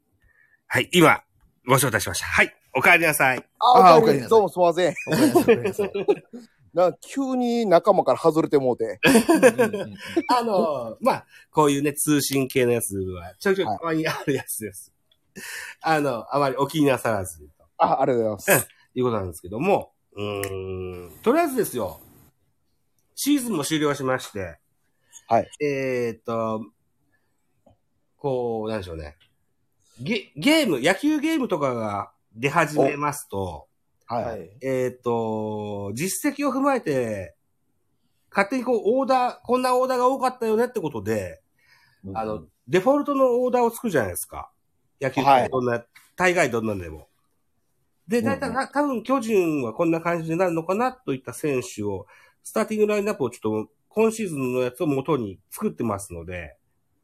A: はい、今、ご招待しました。はい、お帰りなさい。
C: あ
B: あー
C: おかえ
B: おかえり
C: り
B: なさい
C: どうもすいません。
B: わかりましたわかりました
C: なんか急に仲間から外れてもうて。
A: あの、まあ、こういうね、通信系のやつは、ちょいちょいたまにあるやつです。あの、あまりお気になさらず、と
C: あ、ありがとうございます。
A: いうことなんですけども、うーん、とりあえずですよ、シーズンも終了しまして、
C: はい。
A: えーっと、こう、なんでしょうね。ゲ、ゲーム、野球ゲームとかが出始めますと、
C: はい。
B: は
C: はい、
B: い。
A: えーっ、と、実績を踏まえて、勝手にこう、オーダー、こんなオーダーが多かったよねってことで、あの、デフォルトのオーダーを作るじゃないですか。野球
C: はい
A: どんな、大概どんなんでも。で、大体
B: うん
A: な、多分巨人はこんな感じになるのかなといった選手を、スターティングラインナップをちょっと、今シーズンのやつを元に作ってますので、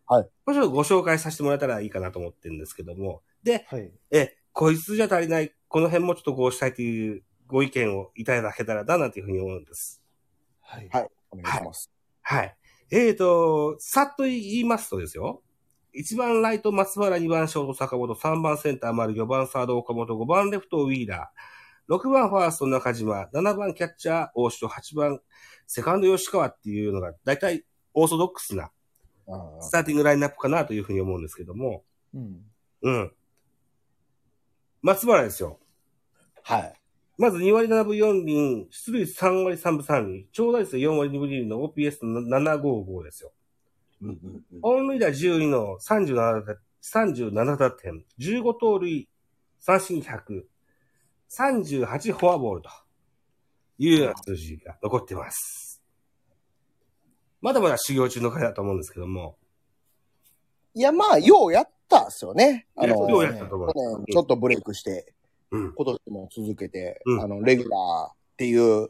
C: はい。
A: これちょっとご紹介させてもらえたらいいかなと思ってるんですけども。で、
B: はい。
A: え、こいつじゃ足りない、この辺もちょっとこうしたいというご意見をいただけたらな、なんていうふうに思うんです。
B: はい。
C: お願いします。
A: はい。えーと、さっと言いますとですよ。1番ライト松原、2番ショート坂本、3番センター丸、4番サード岡本、5番レフトウィーラー、6番ファースト中島、7番キャッチャー大城、8番セカンド吉川っていうのが、だいたいオーソドックスな
C: うん
A: スターティングラインナップかなというふうに思うんですけども、
B: うん。
A: うん。松原ですよ。
C: はい。
A: まず2割7分4厘、出塁率3割3分3厘、長打率4割2分2厘の OPS の755ですよ。
C: うんうんうん
A: 本塁打12の37打 ,37 打点、15盗塁、三振100、38フォアボールというような数字が残ってます。まだまだ修行中の回だと思うんですけども、
C: いや、まあ、ようやったっすよね。あの、
A: いやようやったと思う
C: 去年ちょっとブレイクして、
A: うん
C: 今年も続けて、
A: うん
C: あの、レギュラーっていう、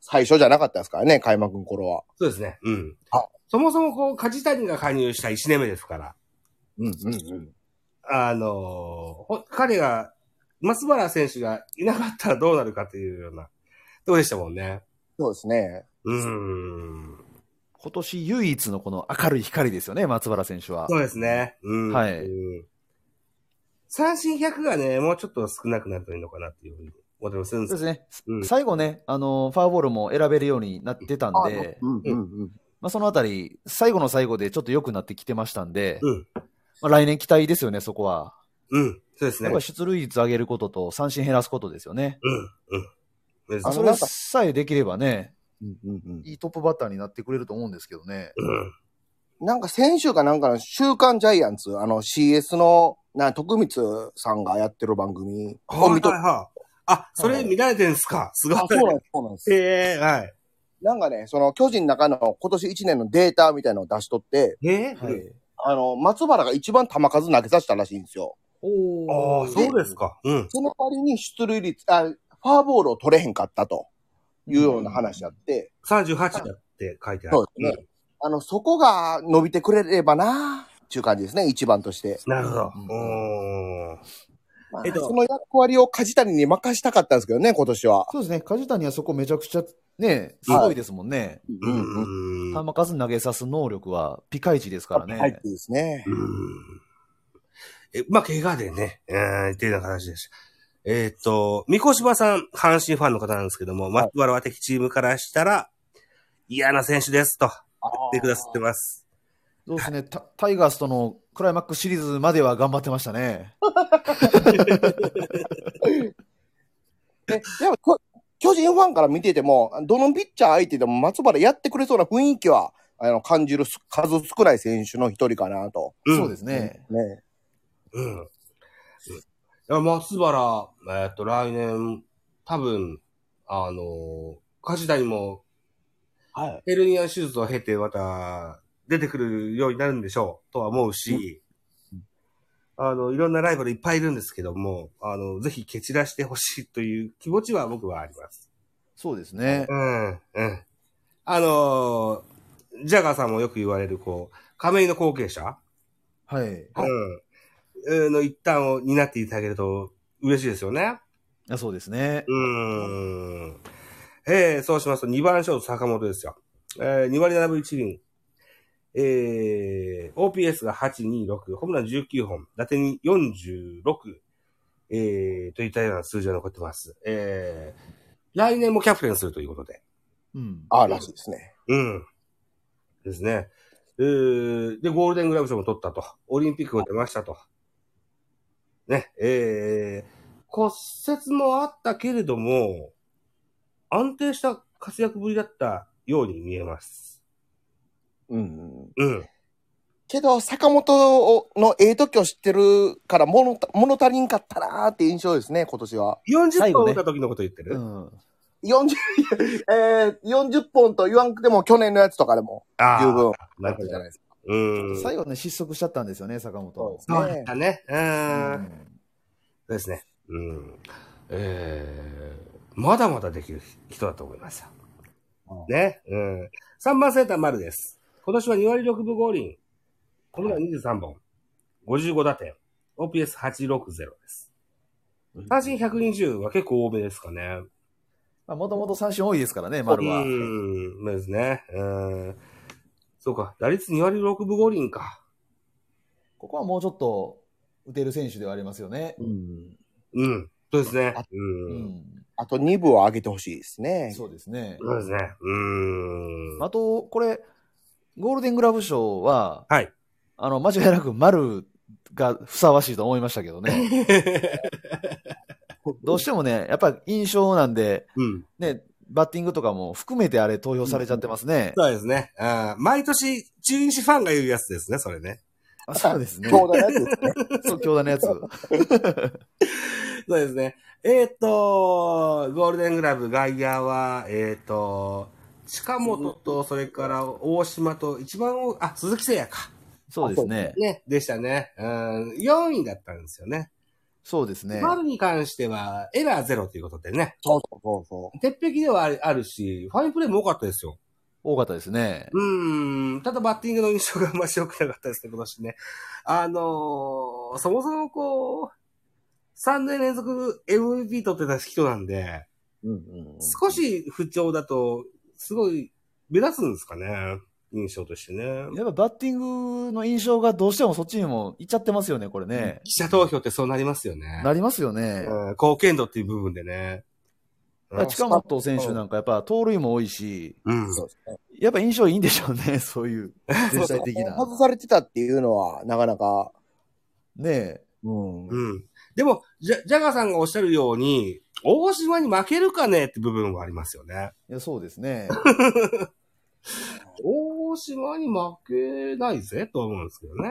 C: 最初じゃなかったですからね、開幕の頃は。
A: そうですね。うん
C: あ。
A: そもそもこう、梶谷が加入した1年目ですから、
C: うんうんうん。
A: あのーほ彼が、松原選手がいなかったらどうなるかというような、どうでしたもんね。
C: そうですね。
A: うーん。
B: 今年唯一のこの明るい光ですよね、松原選手は。
A: そうですね。うん。
B: はい
A: うん三振100がね、もうちょっと少なくなるといいのかなっていうふうに思ってまするん
B: そ
A: で
B: うですすね。
A: うん
B: 最後ね、あの、ファーボールも選べるようになってたんで、
C: うんうんうん。
B: まあ、そのあたり、最後の最後でちょっと良くなってきてましたんで、
A: うん
B: まあ、来年期待ですよね、そこは。
A: うん。そうです
B: や
A: ね。うん
B: っぱり。出塁率上げることと三振減らすことですよね。
A: うん。そうです
C: あ
A: ね
B: そ
C: な
B: れ
C: んか
B: さえできればね、
C: うんうん
B: いいトップバッターになってくれると思うんですけどね。
A: うん。
C: うん、なんか先週かなんかの週刊ジャイアンツ、あの CS の、な、徳光さんがやってる番組を
A: はい
C: 見と、
A: はいはい。あ、それ見られてんすかすごい
C: あ、。そうなんです、そうなんです。
A: ええ、はい。
C: なんかね、その巨人の中の今年1年のデータみたいなのを出しとって、
A: ええ
B: はい。
C: あの、松原が一番球数投げさせたらしいんですよ。
A: あ
B: お
A: あ、そうですか。うん。
C: その代わりに出塁率、あ、ファーボールを取れへんかったというような話あって、
A: 38だって書いてある。
C: そうですねあの、そこが伸びてくれればなっていう感じですね、一番として。
A: なるほど。
B: うん
A: おー
C: まあ
A: えっと
C: その役割を梶谷に任したかったんですけどね、今年は。
B: そうですね。梶谷はそこめちゃくちゃ、ね、すごいですもんね。
A: う
C: うんうん
A: ん。
B: 球数投げさす能力はピカイチですからね。
C: 入ってですね。
A: うんえ、まあ、怪我でね、えー、っていうような形でした。えーっと、三越場さん、阪神ファンの方なんですけども、松原は敵チームからしたら、嫌な選手ですと、言ってくださってます。
B: そうですねタ。タイガースとのクライマックスシリーズまでは頑張ってましたね。
C: えでもこ巨人ファンから見てても、どのピッチャー相手でも松原やってくれそうな雰囲気は、あの、感じるす数少ない選手の一人かなと。
A: うん、
B: そうですね。
C: ね。
A: うん。うんいや松原、えーっと、来年、多分、あの、梶谷も
C: はい。
A: ヘルニア手術を経てまた出てくるようになるんでしょうとは思うし、あの、いろんなライバルいっぱいいるんですけども、あの、ぜひ蹴散らしてほしいという気持ちは僕はあります。
B: そうですね
A: う。ん、うん。あのージャガーさんもよく言われる、こう、亀井の後継者
B: は
A: う
B: い。
A: ん。うんの一端を担っていただけると嬉しいですよね。
B: あそうですね。
A: うーん。えー、そうしますと、2番ショート坂本ですよ。えー、2割7分1厘。えー、OPS が826、ホームラン19本、打点に46、えー、といったような数字が残ってます。えー、来年もキャプテンするということで。
B: うん。
C: あーらしいですね。
A: うん。ですね。えーで、ゴールデングラブ賞も取ったと。オリンピックも出ましたと。ね、えー骨折もあったけれども、安定した活躍ぶりだったように見えます。
C: うん。
A: うん。
C: けど、坂本のええ時を知ってるから物た、物足りんかったなーって印象ですね、今年は。
A: 40
B: 最
A: 本
B: 後
A: 打
B: ね
A: った時のこと言ってる、
B: うん。
C: 40、えー、40本と言わんくても去年のやつとかでも
A: ああ、
C: 十分
A: なっ
C: なった
A: た
C: じ
A: じゃ
C: ゃ
A: ない
C: ないですか。
A: うん。
B: 最後ね、失速しちゃったんですよね、坂
C: そう
B: 本
C: で。す
A: そうだっ
C: ね。
A: たね。う。
B: うんん
A: そうですね。うん。えー、まだまだできる人だと思いますよ。ね。うん。3番セーター丸です。今年は2割6分5厘。このは23本。55打点。OPS860 です。三振120は結構多めですかね。
B: まあもともと三振多いですからね、丸は
A: う。ん、そうですね。うん。そうか。打率2割6分5厘か。
B: ここはもうちょっと打てる選手ではありますよね。
C: うん
A: うん。そうですね
C: あ。
B: う
A: うん。
B: ん。
C: あと2部を上げてほしいですね。
B: そうですね。
A: そうですね。うん。
B: あと、これ、ゴールデングラブ賞は、
A: はい。
B: あの、間違いなく丸がふさわしいと思いましたけどね。 どうしてもね、やっぱ印象なんで、
A: うん。
B: ね、バッティングとかも含めてあれ投票されちゃってますね。
A: そうですね。あー毎年、中日ファンが言うやつですね、それね。
B: あそうですね。
C: そうだやつですね。
B: そう、強打のやつ。
A: そうですね。えーっ、と、ゴールデングラブ、外野は、えーっ、と、近本と、それから大島と、一番多い、あ、鈴木誠也か。
B: そうですね。
A: ね、でしたね。うん、4位だったんですよね。
B: そうですね。
A: 丸に関しては、エラーゼロということでね。
C: そうそうそ
A: 鉄壁ではあるあるし、ファインプレーも多かったですよ。
B: 多かったですね。
A: うーん、ただバッティングの印象があんまし良くなかったですね、今年ね。あのーそもそもこう、3年連続 MVP 取ってた人なんで、
C: う。うんうん
A: 少し不調だと、すごい目立つんですかね、印象としてね。
B: やっぱバッティングの印象がどうしてもそっちにもいっちゃってますよね、これね。
A: 記者投票ってそうなりますよね。
B: なりますよね。
A: うん貢献度っていう部分でね。
B: だから近本選手なんかやっぱ盗塁も多いし、
A: うん。
C: そ
A: そ
C: うですね。
B: やっぱ印象いいんでしょう ね、そういう全体的な。
C: 外されてたっていうのは、なかなか。
B: ねえ。
C: うん
A: う。ん。でも、ジャジャガーさんがおっしゃるように、大島に負けるかねって部分はありますよね。
B: いや、そうですね。
A: 大島に負けないぜと思うんですけどね。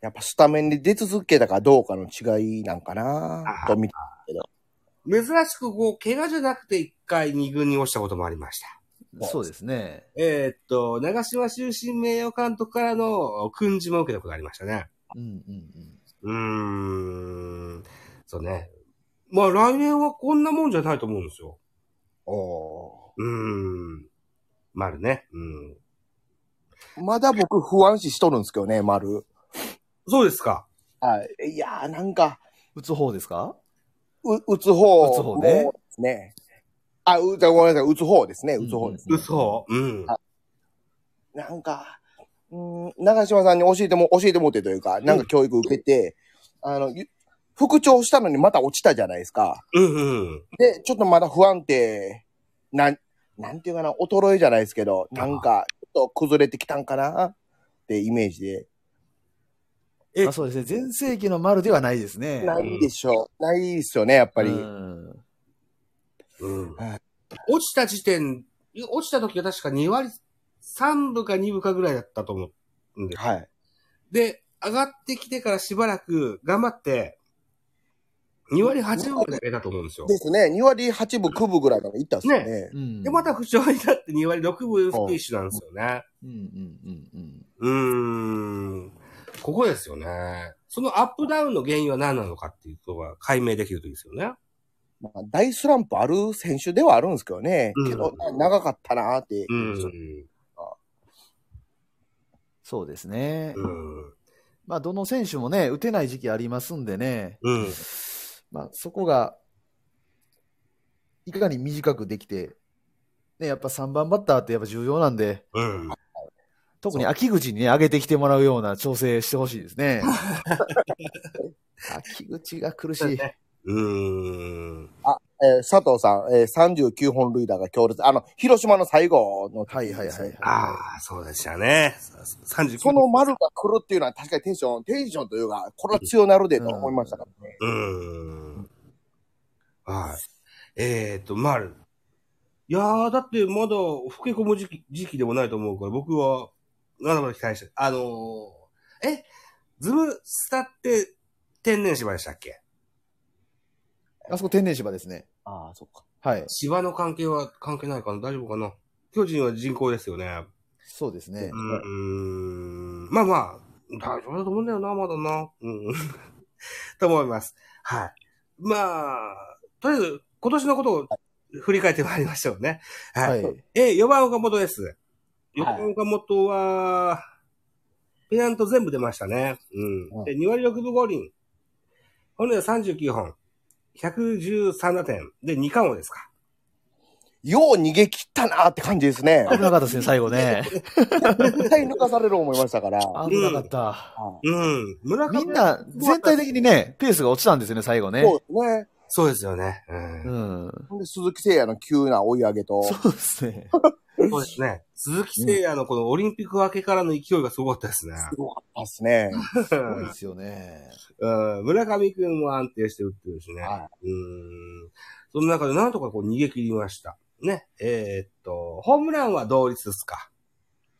C: やっぱスタメンで出続けたかどうかの違いなんかなと見て。
A: うん、珍しくこう、怪我じゃなくて一回二軍に落ちたこともありました。
B: そうですね。
A: えーっと、長島終身名誉監督からの訓示も受けたことがありましたね。
B: うんうんう
A: うー
B: ん。
A: ん。そうね。まあ来年はこんなもんじゃないと思うんですよ。
C: お
A: うーん。丸ね。うん。
C: ーまだ僕不安視しとるんですけどね、丸。
A: そうですか。
C: はい。いやー、なんか、
B: 打つ方ですか
C: う、打つ方。
B: 打つ方ね
C: ですね。あ、う、じゃあごめんなさい、打つ方ですね、打つ方ですね。
A: 嘘うん。
C: あなんか、うーん、長島さんに教えても、教えてもってというか、なんか教育受けて、あの、ゆ復調したのにまた落ちたじゃないですか。
A: うんうん。
C: で、ちょっとまだ不安定、なん、なんていうかな、衰えじゃないですけど、なんか、ちょっと崩れてきたんかなってイメージで。
A: え
B: あそうですね。全盛期の丸ではないですね。
C: な
B: やっ
C: いでしょう。ないですよね、やっぱり。
A: うん
C: は
A: 落ちた時点、落ちた時が確か2割、3分か2分かぐらいだったと思うんで。
C: はい。
A: で、上がってきてからしばらく頑張って、2割8分ぐらい上げたと思うんですよ。
C: ですね、2割8分9分ぐらいまでいったんですよね。
B: うん。
A: で、また不調になって2割6分フィニッシュなんですよね。
B: うんうんうんうん。
A: うーん。ここですよね。そのアップダウンの原因は何なのかっていうことが解明できるといいですよね。
C: まあ、大スランプある選手ではあるんですけどね。
A: うん
C: けど、な長かったなーって。
A: うん。
B: そうですね。
A: うん。
B: まあ、どの選手もね、打てない時期ありますんでね。
A: うん。
B: まあ、そこが、いかに短くできて、ね、やっぱ3番バッターってやっぱ重要なんで、
A: うん。
B: 特に秋口にね、上げてきてもらうような調整してほしいです ね。秋口が苦しい。
A: うーん。
C: えー佐藤さん、えー、39本塁打が強烈。あの、広島の最後の、
B: はいはいはい。
A: ああ、そうでしたね。39
C: その丸が来るっていうのは確かにテンション、テンションというか、これは強なるでと思いましたからね。
A: うーん。はい。えっ、と、まあ、いやー、だってまだ老け込む時期時期でもないと思うから、僕は、まだまだ期待して、あのー、え、ズムスタって天然芝でしたっけ
B: あそこ天然芝ですね。
C: ああ、そっか。
B: はい。
A: 芝の関係は関係ないかな大丈夫かな巨人は人口ですよね。
B: そうですね
A: う。ん。まあまあ、大丈夫だと思うんだよな、まだな。うん。 と思います。はい。まあ、とりあえず、今年のことを振り返ってまいりましょうね。は。
B: はいい。
A: え、4番岡本です。4番岡本は、ペナント全部出ましたね。う。
B: うんん
A: で、2割6分5厘。本塁は39本。113打点。で、2冠王ですか。
C: よう逃げ切ったなーって感じですね。
B: 危なかったですね、最後ね。
C: 絶対抜かされる思いましたから。
B: 危なかった。
A: うん。村上
B: みんな、全体的にね、ペースが落ちたんですよね、最後ね。
C: そうですね。
A: そうですよね。う。
B: うんん。
C: ほんで、鈴木誠也の急な追い上げと。
B: そうですね。
A: そうですね。鈴木誠也のこのオリンピック明けからの勢いがすごかったですね。
C: すごかったですね。
B: すごいですよね。
A: うん、村上くんも安定して打ってるしね。
C: は
A: うん。その中でなんとかこう逃げ切りました。ね。えーっと、ホームランは同率ですか。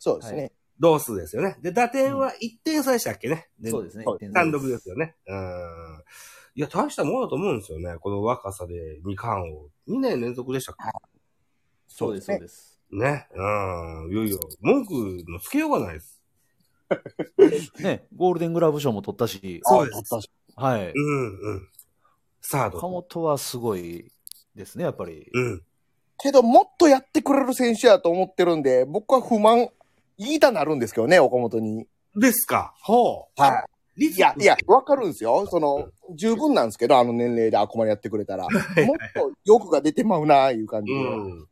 C: そうですね。
A: 同数ですよね。で、打点は1点差でしたっけね。
B: そうですね
C: そう。
A: 単独ですよね。うん。いや、大したものだと思うんですよね。この若さで2冠を。2年連続でしたっけ
B: そうです、そうです。
A: ね。うん。いよいよ、文句のつけようがないです。
B: ね、ゴールデングラブ賞も取ったし、
A: そうです
C: あ確か
B: はい。
A: うん、うん。サー
B: 岡
A: ド。
B: 本はすごいですね、やっぱり。
A: うん。
C: けど、もっとやってくれる選手やと思ってるんで、僕は不満、言いたなるんですけどね、岡本に。
A: ですか。ほう。。
C: はいいや、いや、わかるんですよ。その、十分なんですけど、あの年齢であこまでやってくれたら。もっと欲が出てまうな、いう感じ
A: う
C: で。
A: ん。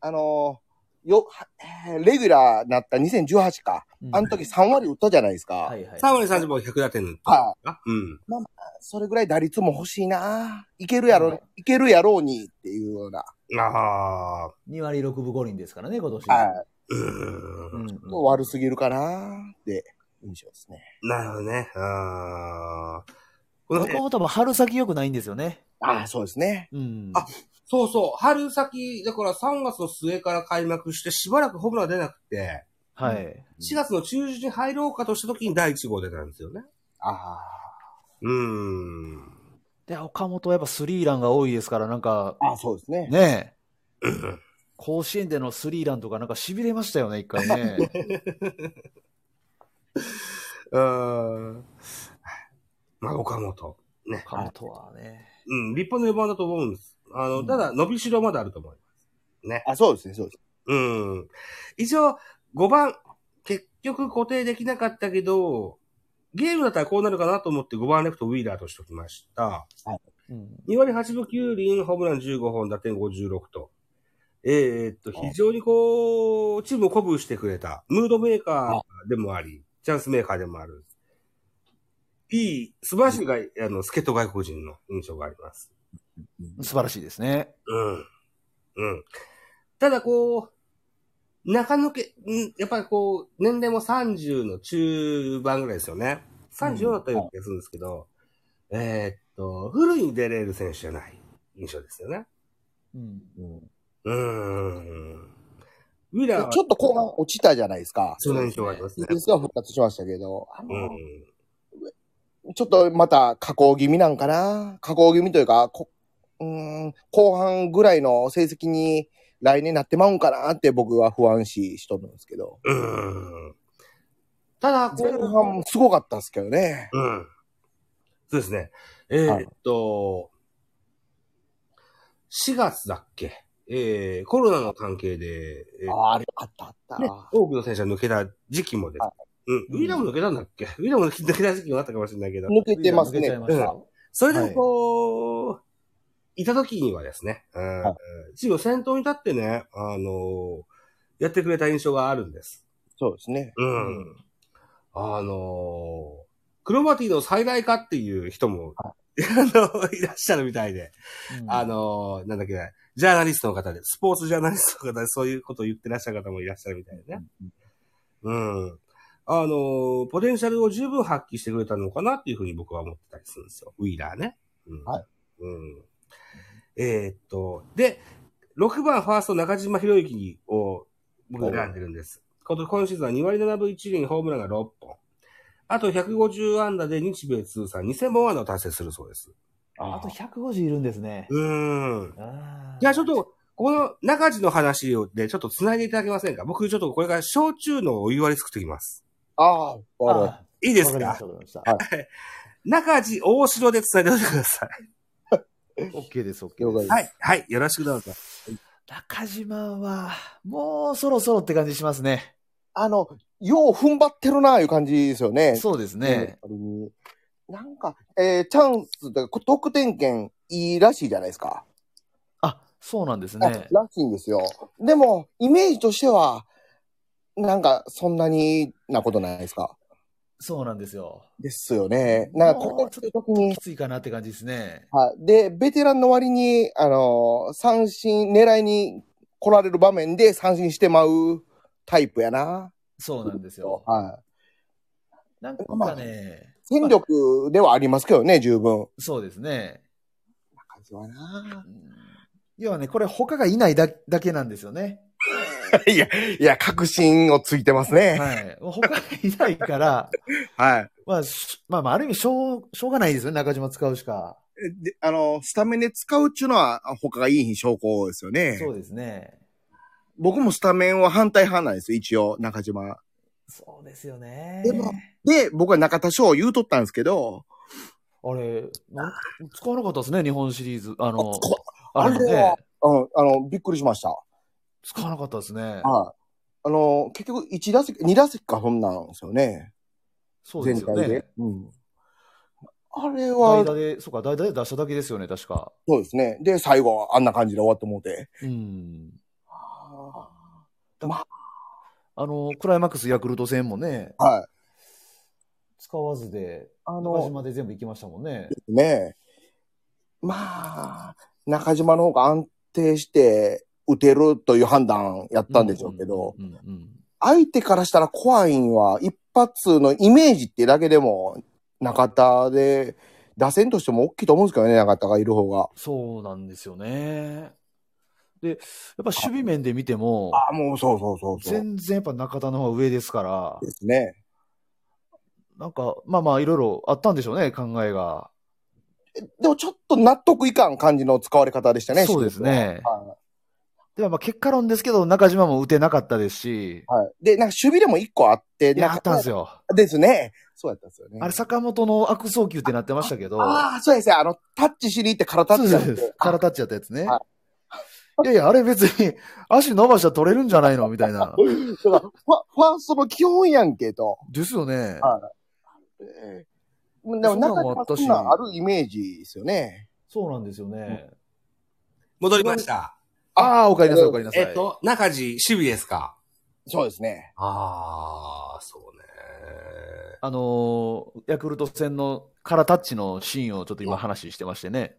C: あのー、よ、はえーレギュラーなった2018か。
B: うん
C: あの時3割打ったじゃないですか。
B: はいはい。
A: 3割30本100打点の。。
C: はい
A: うん。
C: それぐらい打率も欲しいな。いけるやろ、
B: はい
C: いけるやろうにっていうような。
A: ああ。
B: 2割6分5厘ですからね、今年。
C: は
A: うん
B: う。ん
C: い。もう悪すぎるかなって印象ですね。
A: なるほどね。あーこの辺
B: 岡本も春先良くないんですよね。
C: ああ、そうですね。
B: うん。
A: あそうそう。春先、だから3月の末から開幕して、しばらくホームラン出なくて、
B: はい。
A: 4月の中旬に入ろうかとした時に第1号出たんですよね。
C: あ
A: うーん。
B: で、岡本はやっぱスリーランが多いですから、なんか、
C: あ。ああ、そうですね。
B: ねえ。甲子園でのスリーランとかなんか痺れましたよね、一 回ね。
A: うーん。まあ、岡本。ね。
B: 岡本はね。
A: うん、立派な4番だと思うんです。あの、
B: うん
A: ただ、伸びしろまだあると思います。
C: あそうですね、そうです。
A: うん。一応、5番、結局固定できなかったけど、ゲームだったらこうなるかなと思って5番レフトウィーラーとしときました。
B: うん。
A: 2割8分9厘、ホームラン15本、打点56と。えーっと、非常にこう、チームを鼓舞してくれた。ムードメーカーでもあり、チャンスメーカーでもある。いい、素晴らしい外、あの、助っ人外国人の印象があります。
B: 素晴らしいですね。
A: うん。うん。ただこう、中抜け、んやっぱりこう、年齢も30の中盤ぐらいですよね。34だったような気がするんですけど、えーっと、フルに出れる選手じゃない印象ですよね。
B: うん。
A: うーん。ウィラーは
C: ちょっと後半落ちたじゃないですか。
A: その印象がありますね。
C: ですが復活しましたけど、あ
A: う
C: の
A: ん。
C: ちょっとまた加工気味なんかな加工気味というか、こうーん後半ぐらいの成績に来年なってまうんかなって僕は不安視しとるんですけど。
A: うーん。ただ、こ
C: 前
A: う、
C: 半すごかったですけどね。
A: うん。そうですね。えーっと、4月だっけえー、コロナの関係で、えー
C: ああ、あれあったあった。
A: ね、多くの選手が抜けた時期もです
C: は。
A: うん。ウィラム抜けたんだっけウィラム抜けた時期もあったかもしれないけど、
C: 抜けてます
B: 抜け
C: ね
B: ちゃい。ました
A: それでもこう、い、た時にはですね、うん
C: はい
A: チームの先頭に立ってね、あのやってくれた印象があるんです。
C: そうですね。
A: うん。 あのクロマティの再来化っていう人もあの、いらっしゃるみたいで。
B: うん
A: あのー、なんだっけな、ジャーナリストの方で、スポーツジャーナリストの方で、そういうことを言ってらっしゃる方もいらっしゃるみたいでね。うん。あのー、ポテンシャルを十分発揮してくれたのかなっていうふうに僕は思ってたりするんですよ。ウィーラーね。うん、
C: はい。
A: うん。えーっと、で、6番ファースト中島博之を僕選んでるんです。こと今シーズンは2割7分1厘ホームランが6本。あと150安打で日米通算2000本安打を達成するそうです。
B: あと150いるんですね。
A: うーん。
B: あー
A: じゃあちょっと、この中地の話をでちょっと繋いでいただけませんか僕ちょっとこれから焼酎のお湯割り作ってきます。
C: ああ、わかりまし
B: あ
A: いいで
B: わ
A: す
B: かりま
A: か
B: したわかりました。
C: はい
A: 中地大城で繋いでおいてください。
B: OK です、OK
C: た。了解で。
B: です
C: す。
A: はい。はい。よろしくどうぞ。
B: 中島は、もうそろそろって感じしますね。
C: あの、よう踏ん張ってるな、いう感じですよね。
B: そうです
C: やっ
B: ね。
C: ぱりなんか、えーチャンスとか、得点圏いいらしいじゃないですか。
B: あ、そうなんです
C: あ
B: ね。
C: らしいんですよ。でも、イメージとしては、なんか、そんなになことないですか。
B: そうなんですよ。
C: ですよね。なんか、ここ来た時に
B: き、ついかなって感じですね。
C: はい。で、ベテランの割に、あのー三振、狙いに来られる場面で三振してまうタイプやな。
B: そうなんですよ。
C: は
B: なんかね、
C: い。戦力ではありますけどね、十分。
B: そうですね。
C: 感じはな。
B: うん要はね、これ他がいないだだけなんですよね。
C: いや、いや、確信をついてますね。
B: はい。もう他がいないから、
D: はい。
B: まあ、しまあ、まあ、ある意味しょう、しょうがないですよね、中島使うしか。
D: で、あの、スタメンで使うっちゅうのは、他がいい証拠ですよね。
B: そうですね。
D: 僕もスタメンは反対派なんですよ、一応、中島。
B: そうですよね。
D: でもで、僕は中田翔を言うとったんですけど、
B: あれ、なん使わなかったですね、日本シリーズ。あの、
C: あ
B: ね
C: あれはうん、あの、びっくりしました。
B: 使わなかったですね。
C: はい。あの、結局、1打席、2打席か、そんなんですよね。
B: そうで
C: 全
B: すよ
C: 体で
B: ね。。
C: うん。あれ
B: 代
C: は、
B: 打で、そうか、代打で出しただけですよね、確か。
C: そうですね。で、最後、あんな感じで終わってもうて。
B: うん。
C: は
B: あの、クライマックスヤクルト戦もね、
C: い。
B: 使わずで、
C: あ
B: 中
C: の、
B: 島で全部行きましたもんね。
C: ねまあ、中島の方が安定して打てるという判断やったんでしょうけど、
B: うんうんうん
C: 相手からしたら怖いんは、一発のイメージってだけでも、中田で、打線としても大きいと思うんですけどね、中田がいる方が。
B: そうなんですよね。で、やっぱ守備面で見ても、
C: ああ、もうそうそうそうそう。
B: 全然やっぱ中田の方が上ですから、
C: ですね。
B: なんか、まあまあ、いろいろあったんでしょうね、考えが。
C: でもちょっと納得いかん感じの使われ方でしたね、
B: そうです
C: シュ
B: ね
C: ートは。はい
B: では、まあ、結果論ですけど、中島も打てなかったですし、
C: はい。で、なんか守備でも一個あって、
B: いや、
C: な
B: あ
C: か
B: ったんですよ。
C: ですね。そうやったんですよね。
B: あれ、坂本の悪送球ってなってましたけど、
C: ああ、そうですね。あの、タッチしに行ってからタッ
B: そう
C: チ
B: で
C: や
B: すそうです。から立っちゃったやつね
C: はい。
B: いやいや、あれ別に、足伸ばしたら取れるんじゃないのみたいな。
C: だからファ、ファーストの基本やんけと。
B: ですよね。
C: はいえーでも、
B: そんな
C: 中
B: んもあった
C: 田そ
B: し
C: んなんあるイメージですよね。
B: そうなんですよね。
A: 戻りました。
B: ああ、おかえりなさい、おかえりなさい。
A: えっと、中地、守備ですか
C: そうですね。
A: ああ、そうね。
B: あのーヤクルト戦のからタッチのシーンをちょっと今話してましてね。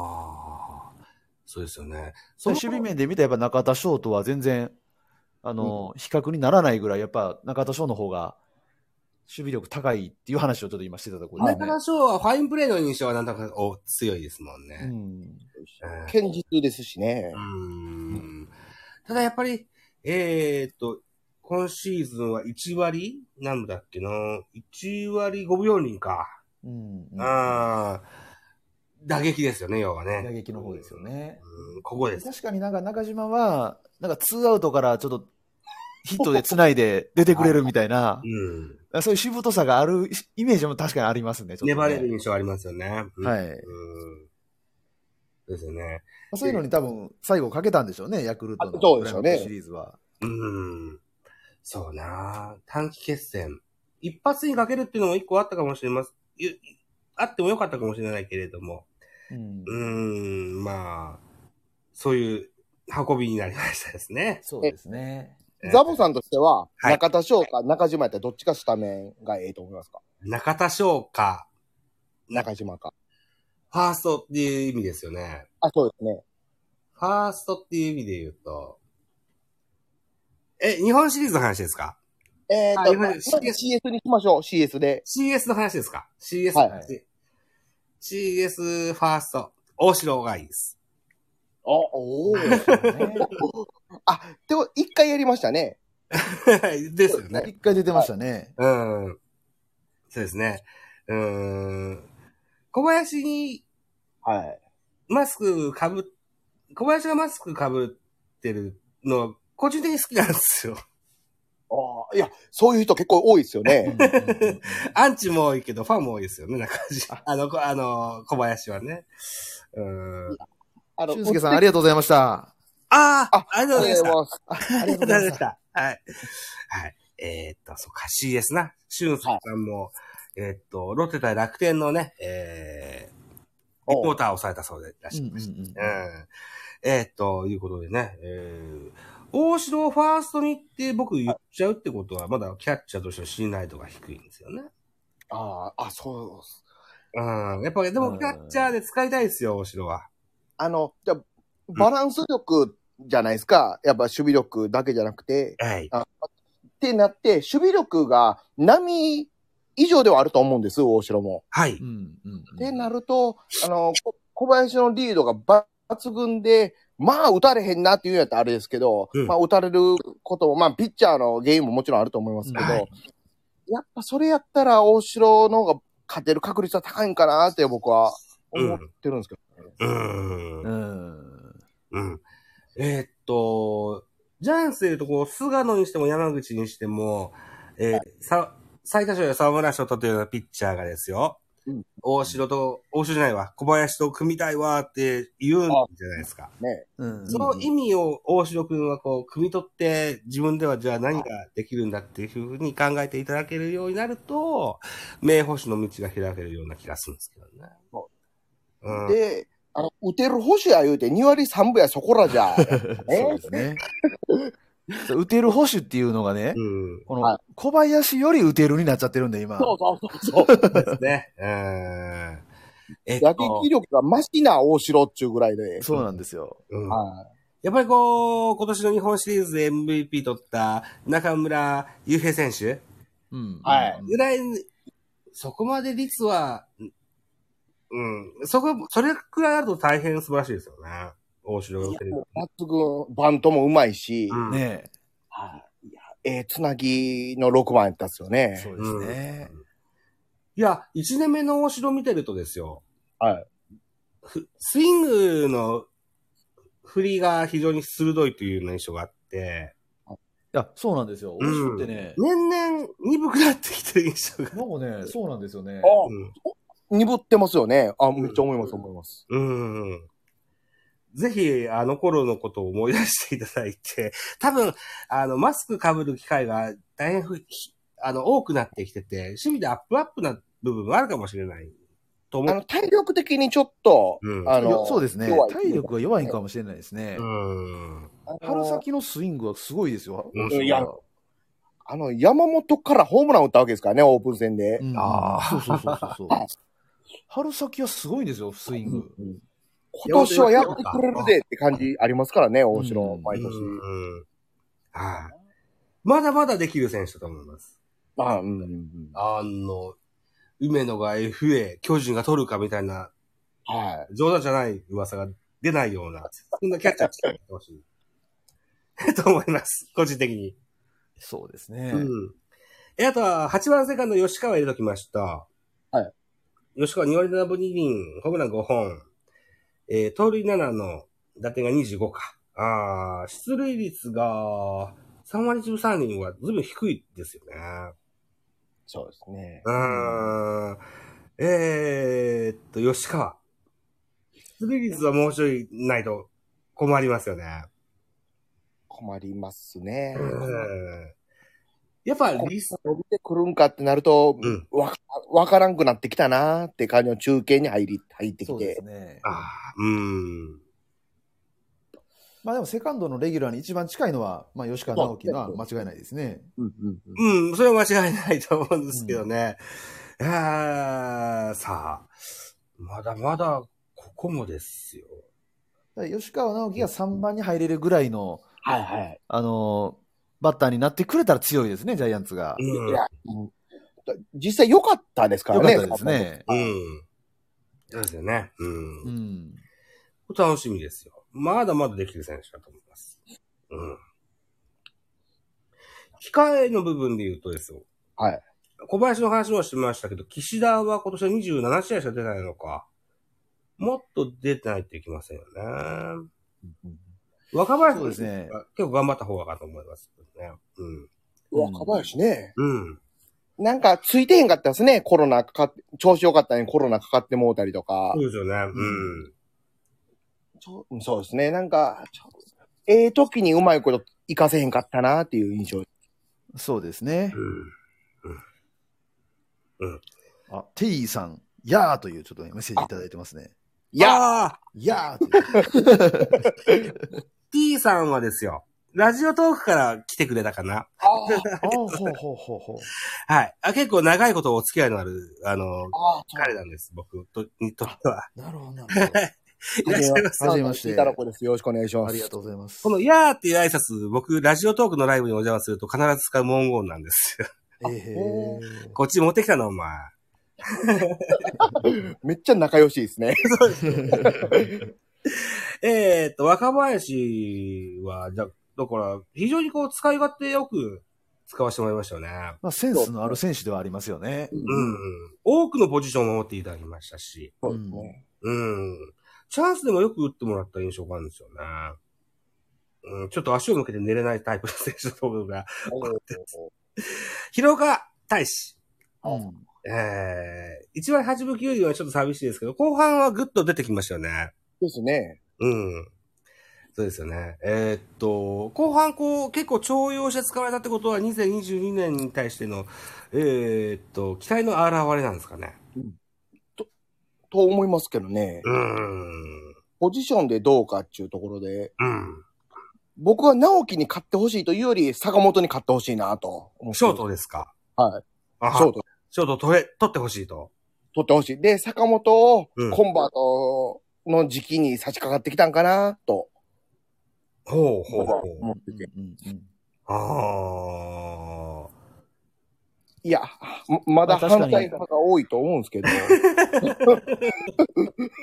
A: ああ、そうですよね。そ
B: で
A: の
B: 守備面で見たらやっぱ中田翔とは全然、あのー比較にならないぐらい、やっぱ中田翔の方が守備力高いっていう話をちょっと今してたところです
A: 中
B: ね。
A: 田翔はファインプレーの印象はなんだかお強いですもんね。
B: うん、
A: えー
C: 堅実ですしね
A: う。ーんただやっぱり、えーっと、今シーズンは1割なんだっけな ?1 割5秒人か。
B: うん、うん。
A: ああ、打撃ですよね、要はね。
B: 打撃の方ですよね。
A: うん。ここです。
B: 確かになんか中島は、なんかツーアウトからちょっとヒットで繋いで出てくれるみたいな
A: う、ん。
B: そういうしぶとさがあるイメージも確かにありますね。ちょっとね
A: 粘れる印象ありますよね。うん
B: はい
A: うん。ですよね。
B: まあそういうのに多分、最後かけたんでしょうね、ヤクルトの。
C: あそうでしょうね
B: シリーズは。
A: うん。そうな短期決戦。一発にかけるっていうのも一個あったかもしれます。ゆあってもよかったかもしれないけれども。
B: うん
A: うーん、まあ、そういう運びになりましたですね。
B: そうですね。
C: ザボさんとしては、
A: はい
C: 中田翔か中島やったらどっちかスタメンがええと思いますか
A: 中田翔か、
C: 中島か。
A: ファーストっていう意味ですよね。
C: あ、そうですね。
A: ファーストっていう意味で言うと、え、日本シリーズの話ですか
C: えー
A: あ
C: と、
A: 今
C: まあ CS にしましょう、CS で。
A: ?CS の話ですか ?CS、
C: はい
B: は
A: CS ファースト。大城がいいです。
C: あ、おお。
B: ね
C: あ、 でも、一回やりましたね。
A: ですよね。
B: 一回出てましたね。
A: うん。そうですね。うーん。小林に
C: はい。
A: マスクかぶ、小林がマスクかぶってるの、個人的に好きなんですよ。
C: ああ、いや、そういう人結構多いですよ ね。
A: アンチも多いけど、ファンも多いですよね、中島。あの、こあの、小林はね。うーん。
C: あの
B: 俊介さん、ありがとうございました。
A: ああ
C: あ
A: ありがとうございました。
C: ます。あ
A: ありがとう
C: りがとう
A: ござ
C: ござ
A: いま
C: いま
A: し。
C: した
A: はい。はい。えーっと、そうか、CS な。俊介さんも、えーっと、ロッテ対楽天のね、えー、リポーターをされたそうでいらっしゃいます
B: うんうんうん
A: うんえーっと、いうことでね、えー、大城をファーストにって僕言っちゃうってことは、まだキャッチャーとしての信頼度が低いんですよね。
C: ああ、あ、そうっす。
A: うん。やっぱり、で
B: う
A: も
B: ん
A: キャッチャーで使いたいですよ、大城は。
C: あの、じゃあバランス力じゃないですか。やっぱ守備力だけじゃなくて。
A: はい。
C: ってなって、守備力が波以上ではあると思うんです、大城も。
A: はい。
B: うんうんうん
C: ってなると、あの、こ小林のリードが抜群で、まあ、打たれへんなっていうんやったらあれですけど、
A: うん
C: まあ、打たれることも、まあ、ピッチャーの原因ももちろんあると思いますけど、
A: はい
C: やっぱそれやったら、大城の方が勝てる確率は高いんかなって僕は思ってるんですけど、
A: うん。
B: うん。
A: うん。えーっと、ジャイアンツでいうと、こう、菅野にしても山口にしても、えーさ、最多勝や沢村賞というようなピッチャーがですよ、
C: うん
A: 大城と、大城じゃないわ、小林と組みたいわって言うんじゃないですか。
C: ね。
B: うん
A: その意味を大城くんはこう、汲み取って、自分ではじゃあ何ができるんだっていうふうに考えていただけるようになると、名捕手の道が開けるような気がするんですけどね。うん、
C: で、あの、打てる保守や言うて2割3分やそこらじゃ。
B: そうですね。そう打てる保守っていうのがね、
A: うん。
B: こ
C: は
B: の
C: い
B: 小林より打てるになっちゃってるんで、今。
C: そうそうそうそう。
A: ですね。うん。えっ
C: 打
A: と
C: 撃、力がマシな大城っちゅうぐらいで。
B: そうなんですよ。
A: うん
C: はい。
A: やっぱりこう、今年の日本シリーズで MVP 取った中村悠平選手
B: うん。
C: はい
A: ぐらい、そこまで率は、うん、そこ、それくらいあると大変素晴らしいですよね。大城が打てる
C: もう抜群、バントもうまいし、
A: うん
B: ね
C: はいいやええつなぎの6番やったっすよ
B: え。
C: ね
B: そ。うですね。
A: いや、1年目の大城見てるとですよ。
C: はい。
A: ふスイングの振りが非常に鋭いというような印象があって、
B: いや、そうなんですよ。
A: う
B: 大
A: ん
B: 城ってね、
A: 年々鈍くなってきてる印象が。
B: なんかね、そうなんですよね。
C: あ、
A: うん
C: 鈍ってますよね。あ、
A: ん
C: めっちゃ思います、思います。
A: うん。ぜひ、あの頃のことを思い出していただいて、多分、あの、マスク被る機会が大変ふ、あの、多くなってきてて、趣味でアップアップな部分もあるかもしれない。と思
C: あ
A: う。
C: の、体力的にちょっと、
A: うん
C: あ
B: よ
C: の、
B: そうですね
C: 弱。い
B: 体力が弱いんかもしれないですね
A: う。ん。
C: あの
B: 春先のスイングはすごいですよ。
A: うん
B: 大城
C: いや
B: は
C: あの、山本からホームラン打ったわけですからね、オープン戦で。
B: うん
A: ああ
B: そうそうそうそうそう。春先はすごいんですよ、スイング。
C: 今年はやってくれるぜって感じありますからね、大城、
B: うん
C: 毎年。
A: うんはい。まだまだできる選手だと思います。
C: あうんうんうん
A: あの、梅野が FA、巨人が取るかみたいな、
C: はい。
A: 冗談じゃない噂が出ないような、そんなキャッチャーしてやってほしい。 と思います。個人的に。
B: そうですね。
A: うん。え、あとは、8番セカンド吉川入れときました。。
C: はい
A: 吉川2割7分2厘、ホームラン5本、えー盗塁7の、打点が25か。あー出塁率が、3割13厘はずいぶん低いですよね。
C: そうですね。
A: うーん。えー、っと、吉川。出塁率はもうちょいないと困りますよね。
C: 困りますね。
A: うん。やっぱ
C: ここ
A: 理想、
C: 伸びてくるんかってなると、
A: うん
C: わ、わからんくなってきたなーって感じの中継に入り、入って
B: そ
C: き
B: うです
C: て。
B: ね。
A: ああ、うん。
B: まあでも、セカンドのレギュラーに一番近いのは、まあ、吉川直樹が間違いないですね。
C: うんうんうん
A: うん、それは間違いないと思うんですけどね。ああ、さあ、まだまだ、ここもですよ。
B: だから吉川直樹が3番に入れるぐらいの、
C: はいはい。
B: あのーバッターになってくれたら強いですね、ジャイアンツが。
A: うん
C: いや、うん実際良かったですから
B: よかっ
C: ね。
A: うん。そ
B: たですね。
A: うですよね。う。
B: うんん。
A: 楽しみですよ。まだまだできる選手だと思います。うん。機械の部分で言うとですよ。
C: はい。
A: 小林の話もしてましたけど、岸田は今年は27試合しか出ないのか。もっと出てないといけませんよね。若林
B: そう
A: も
B: ですね。
A: 結構頑張った方がかと思いますけどね。うん。
C: うん若林ね。
A: うん。
C: なんかついてへんかったですね。コロナかかって、調子良かったのにコロナかかってもうたりとか
A: そう。ですよね。うん。
C: ちょうんそうですね。なんか、ちょええ時にうまいこと活かせへんかったなっていう印象。
B: そうですね。
A: うん。うん。
B: あ、テイさん、やーというちょっとメッセージいただいてますね。
C: いや、
A: あー
B: やーという
A: T さんはですよ、ラジオトークから来てくれたかな
C: あー
B: あーほうほうほうほう。
A: はいあ。結構長いことお付き合いのある、あの、
C: あー、
A: 彼なんです、僕と、にとっては。
B: なるほど、なるほ
A: いらっしゃいませ
B: はじめまして
C: いたらこです。よろしくお願いし
B: ど。
C: ま
B: あ
C: す。
B: りがとうございます。
A: この、やーっていう挨拶、僕、ラジオトークのライブにお邪魔すると必ず使う文言なんですよ。
B: えへ
C: お
B: ー
A: こっち持ってきたの、お前。
C: めっちゃ仲良しですね。
A: えーっと、若林は、じゃ、だから、非常にこう、使い勝手よく使わせてもらいましたよね。
B: まあ、センスのある選手ではありますよね。
A: うん。多くのポジションを守っていただきましたし。
C: そうですね。
A: うん。チャンスでもよく打ってもらった印象があるんですよね。うん、ちょっと足を向けて寝れないタイプの選手だと思うが、広岡大使。
B: うん
A: えー、一番八分九厘はちょっと寂しいですけど、後半はぐっと出てきましたよね。
C: ですね。
A: うん。そうですよね。えーっと、後半こう、結構徴用して使われたってことは、2022年に対しての、えーっと、期待の表れなんですかね。
C: と思いますけどね。
A: うん。
C: ポジションでどうかっていうところで、
A: うん。
C: 僕は直樹に勝ってほしいというより、坂本に勝ってほしいなと思って。
A: ショートですか
C: はい。
A: あ
C: ショート。
A: ショート取れ、取ってほしいと。
C: 取ってほしい。で、坂本を
A: うん
C: コンバートの時期に差し掛かってきたんかなと、
A: ほうほう
C: 僕は
A: ほう。
C: 思ってて。
B: うんうん
A: ああ。
C: いや、ままだ
B: まあ確か
C: 反
B: に
C: 対派が多いと思う んですけど。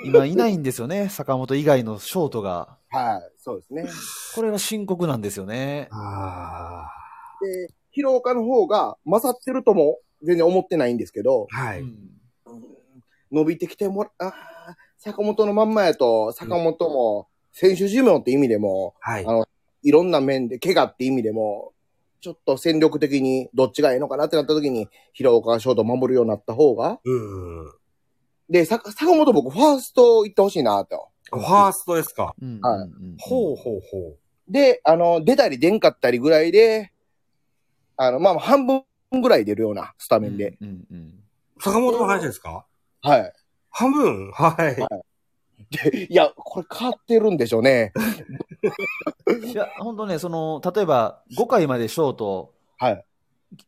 B: 今いないんですよね、坂本以外のショートが。
C: はい、そうですね。
B: これが深刻なんですよね。
A: あ
C: で、広岡の方が勝ってるとも全然思ってないんですけど
A: あ。、は
B: う
A: い。
B: ん
C: 伸びてきてもら、あー坂本のまんまやと、坂本も選手寿命って意味でも、
A: はい
C: あ。の、いろんな面で、怪我って意味でも、ちょっと戦力的にどっちがいいのかなってなった時に、広岡がショート守るようになった方が、
A: うん。フ
C: で、さ坂本僕ファースト行ってほしいなと。
A: ァーストですか。
B: うん
C: はい
B: うん
A: ほうほうほう。
C: で、あの、出たり出んかったりぐらいで、あの、まあ、半分ぐらい出るようなスタメンで。
B: うんうん
A: 坂本の話ですか
C: はい。
A: 半分はい。
C: でいや、これ変わってるんでしょうね。
B: うんいや、本当ね、その、例えば5回までショート、
C: はい。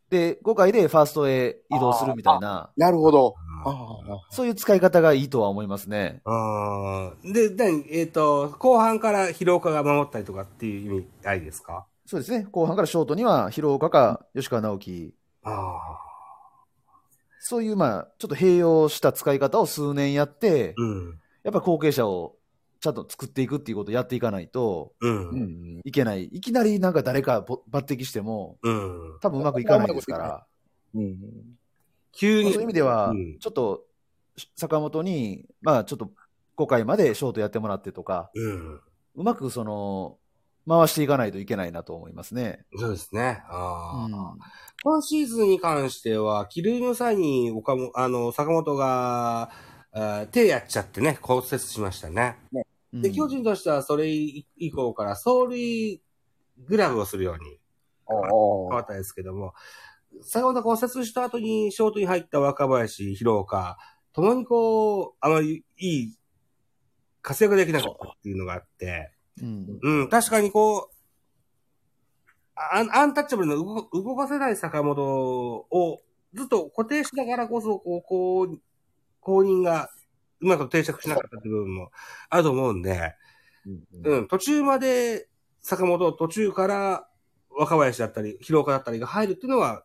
B: で、5回でファーストへ移動するみたいな、
C: なるほど。あ
A: あ
C: あ
B: そういう使い方がいいとは思いますね。
A: あー。で、何えっ、と、後半から広岡が守ったりとかっていう意味合いですか
B: そうですね、後半からショートには広岡か吉川直樹、
A: ああ。
B: そういう、まあ、ちょっと併用した使い方を数年やって、
A: うん。
B: やっぱり後継者をちゃんと作っていくっていうことをやっていかないと
A: うん。
C: ん。
B: いけない。いきなりなんか誰かぼ抜擢しても、
A: うん。
B: 多分うまくいかないですから。
C: うん。
A: 急
B: まあ
A: に。
B: そういう意味では
A: うん、
B: ちょっと坂本に、まあ、ちょっと5回までショートやってもらってとか、
A: うん。
B: うまくその回していかないといけないなと思いますね。
A: そうですね。ああ。
B: うん
A: 今シーズンに関しては、帰塁の際に岡本、あの、坂本が、あー手やっちゃってね、骨折しましたね。で、巨人としてはそれ以降から、走塁グラブをするように変
C: あ
A: わったんですけども、坂本が骨折した後にショートに入った若林、広岡、ともにこう、あまりいい活躍できなかったっていうのがあって、
B: うん
A: うん、確かにこう、アンアンタッチャブルの動か動かせない坂本をずっと固定しながらこそ、こう、こう公認がうまく定着しなかったって部分もあると思うんで、うん、途中まで坂本、途中から若林だったり、広岡だったりが入るっていうのは、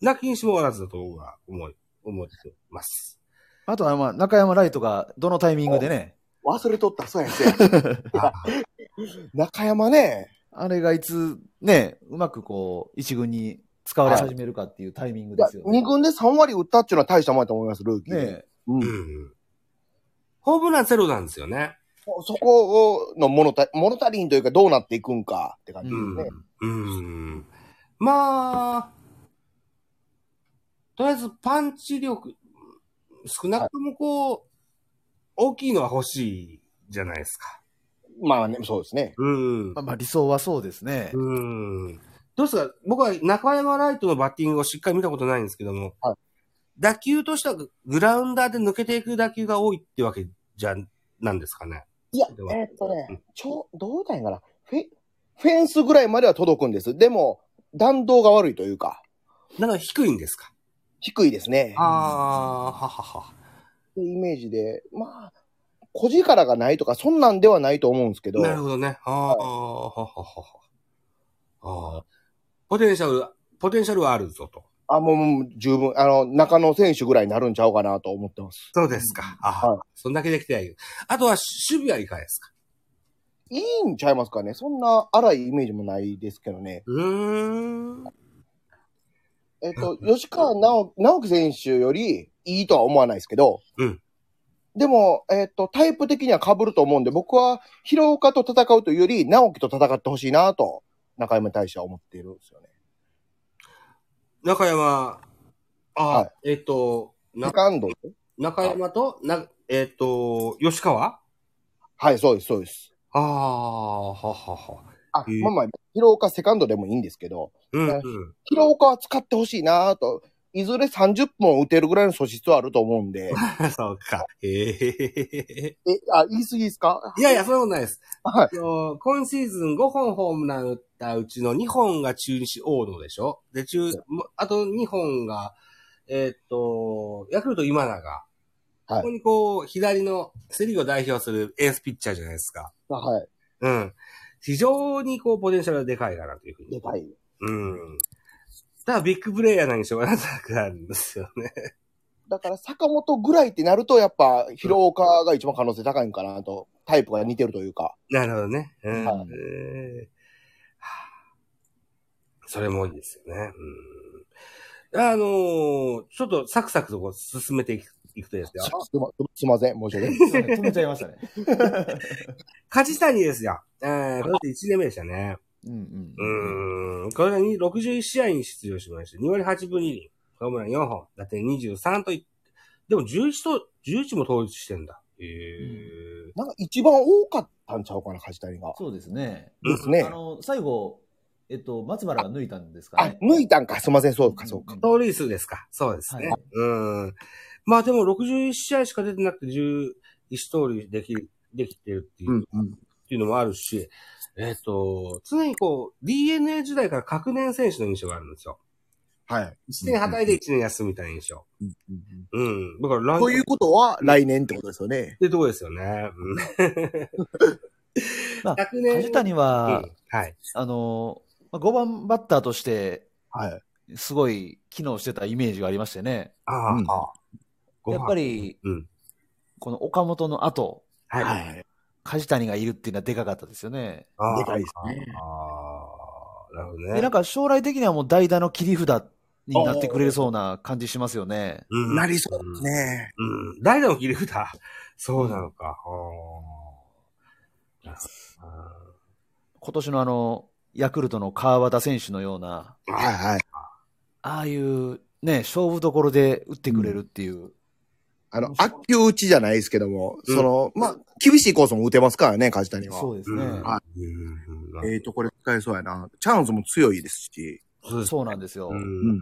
A: なきにしもあらずだと僕は思い、思ってます。
B: あとは、まあ、中山ライトがどのタイミングでね、
C: 忘れとった、そうやね。
A: あ
C: 中山ね。
B: あれがいつね、うまくこう、一軍に使われ始めるかっていうタイミングですよね。
C: 2軍で3割打ったっていうのは大したもんやと思います、ルーキー。
B: ねえ
C: う、
A: うんん。ホームランゼロなんですよね。
C: そこの物足り物足りんというかどうなっていくんかって感じ
A: う
C: です
A: ん
C: ね。。
A: うん。まあ、とりあえずパンチ力、少なくともこう、大きいのは欲しいじゃないですか。
C: まあね、そうですね。
A: うん
B: まあ、。まあ理想はそうですね。
A: うん。どうですか僕は中山ライトのバッティングをしっかり見たことないんですけども、
C: はい
A: 打球としてはグラウンダーで抜けていく打球が多いってわけじゃ、なんですかね。
C: いや、え
A: では
C: ーっと
A: うん
C: ね、ちょ、どうだいいかな。フェ、フェンスぐらいまでは届くんです。でも、弾道が悪いというか、
A: なんか低いんですか
C: 低いですね。
A: ああ、ははは。
C: ってイメージで、まあ、小力がないとか、そんなんではないと思うんですけど、
A: なるほどね。ああ、はははは。ああ。ポテンシャル、ポテンシャルはあるぞと。
C: あ、もうもう十分、あの、中野選手ぐらいになるんちゃうかなと思ってます。
A: そうですか。ああ、
C: はい
A: そんだけできてない。あとは守備はいかがですか
C: いいんちゃいますかね。そんな荒いイメージもないですけどね。
A: うーん。
C: えっと、吉川直直樹選手よりいいとは思わないですけど、
A: うん
C: でも、えっと、タイプ的には被ると思うんで、僕は広岡と戦うというより、直樹と戦ってほしいなと、中山に対しては思っているんですよね。
A: 中山、あ、
C: は
A: えっと、な
C: セカンドで
A: 中山と、な、えっ、と、吉川
C: はい、そうです、そうです。
A: ああ、ははは。
C: あ、
A: うん
C: まあまあ、広岡セカンドでもいいんですけど、
A: うん、う
C: はい
A: ん。
C: 広岡は使ってほしいなと、いずれ30本打てるぐらいの素質はあると思うんで、
A: そうか。へえ。
C: え、あ、言い過ぎですか
A: いやいや、そんなことないです。
C: はい
A: あの今シーズン5本ホームラン打ったうちの2本が中日王道でしょで、中、もあと2本が、えっ、と、ヤクルト今永。
C: は
A: こ
C: い
A: こにこう、左のセリーグを代表するエースピッチャーじゃないですか。
C: はい。
A: うん。非常にこう、ポテンシャルがでかいかなというふうに。
C: でかい。
A: うん。ただビッグプレイヤーなんにしょうがなくなるんですよね。
C: だから坂本ぐらいってなると、やっぱ広岡が一番可能性高いんかなと、タイプが似てるというか。
A: なるほどね。うん。
C: はい
A: はあそれもいいですよね。うん。あのーちょっとサクサクとこう進めていくいくとですよ
C: す。すいません、ません、申し訳ない。
B: そうね止めちゃいましたね。
A: 梶谷ですよ。えー、これで1年目でしたね。
B: うん
A: う
B: うん。
A: ーん。これがに61試合に出場しまして、2割8分2厘、ホームラン4本、打点23といでも11と、11も統一してんだ。へえ。
C: なんか一番多かったんちゃうかな、梶谷が。
B: そうですね。
C: ですね
B: あ。の、最後、えっと、松原が抜いたんですか
C: あ
B: ね、。
C: 抜いたんか、すいません、そうか、そうか。
A: 盗塁数ですか。そうですね。
B: はい
A: うん。まあでも61試合しか出てなくて11盗塁でき、できてるっていう,、
D: う
A: っ
D: んうん
A: ていうのもあるし、えっ、と、常にこう、DNA 時代から各年選手の印象があるんですよ。
D: はい。
A: 1年働いて1年休むみたいな印象。
D: うんうんうん
A: うん。だからラン
D: と
A: ク
D: いうことは、来年ってことですよね
A: っ。てとこですよね。うん。
B: まあ
A: 100年
B: 梶谷は
A: う、んはい。
B: あの、まあ5番バッターとして、
D: はい。
B: すごい機能してたイメージがありましてね。
A: ああ、
D: うん
A: ああご飯
B: やっぱり、
A: うん。
B: この岡本の後、
A: はい。
D: はい。
B: 梶谷がいるっていうのはでかかったですよね。
A: ああ
D: でかいですね。
A: ああ、なるほどね。
B: で、なんか将来的にはもう代打の切り札になってくれそうな感じしますよね。
A: うん
D: なりそうですね。
A: うん。誰でも切り札。そうなのか。あー
B: 今年のあの、ヤクルトの川端選手のような、
D: はいはい。
B: ああいうね、勝負どころで打ってくれるっていう。
D: あの
B: 面、白い
D: 悪球打ちじゃないですけども、
A: うん
D: その、まあ、厳しいコースも打てますからね、梶谷は。
B: そうですね。
A: うん
D: は
A: うん
D: ええと、これ使えそうやな。チャンスも強いですし。
A: そうです。
B: そうなんですよ。
A: うん。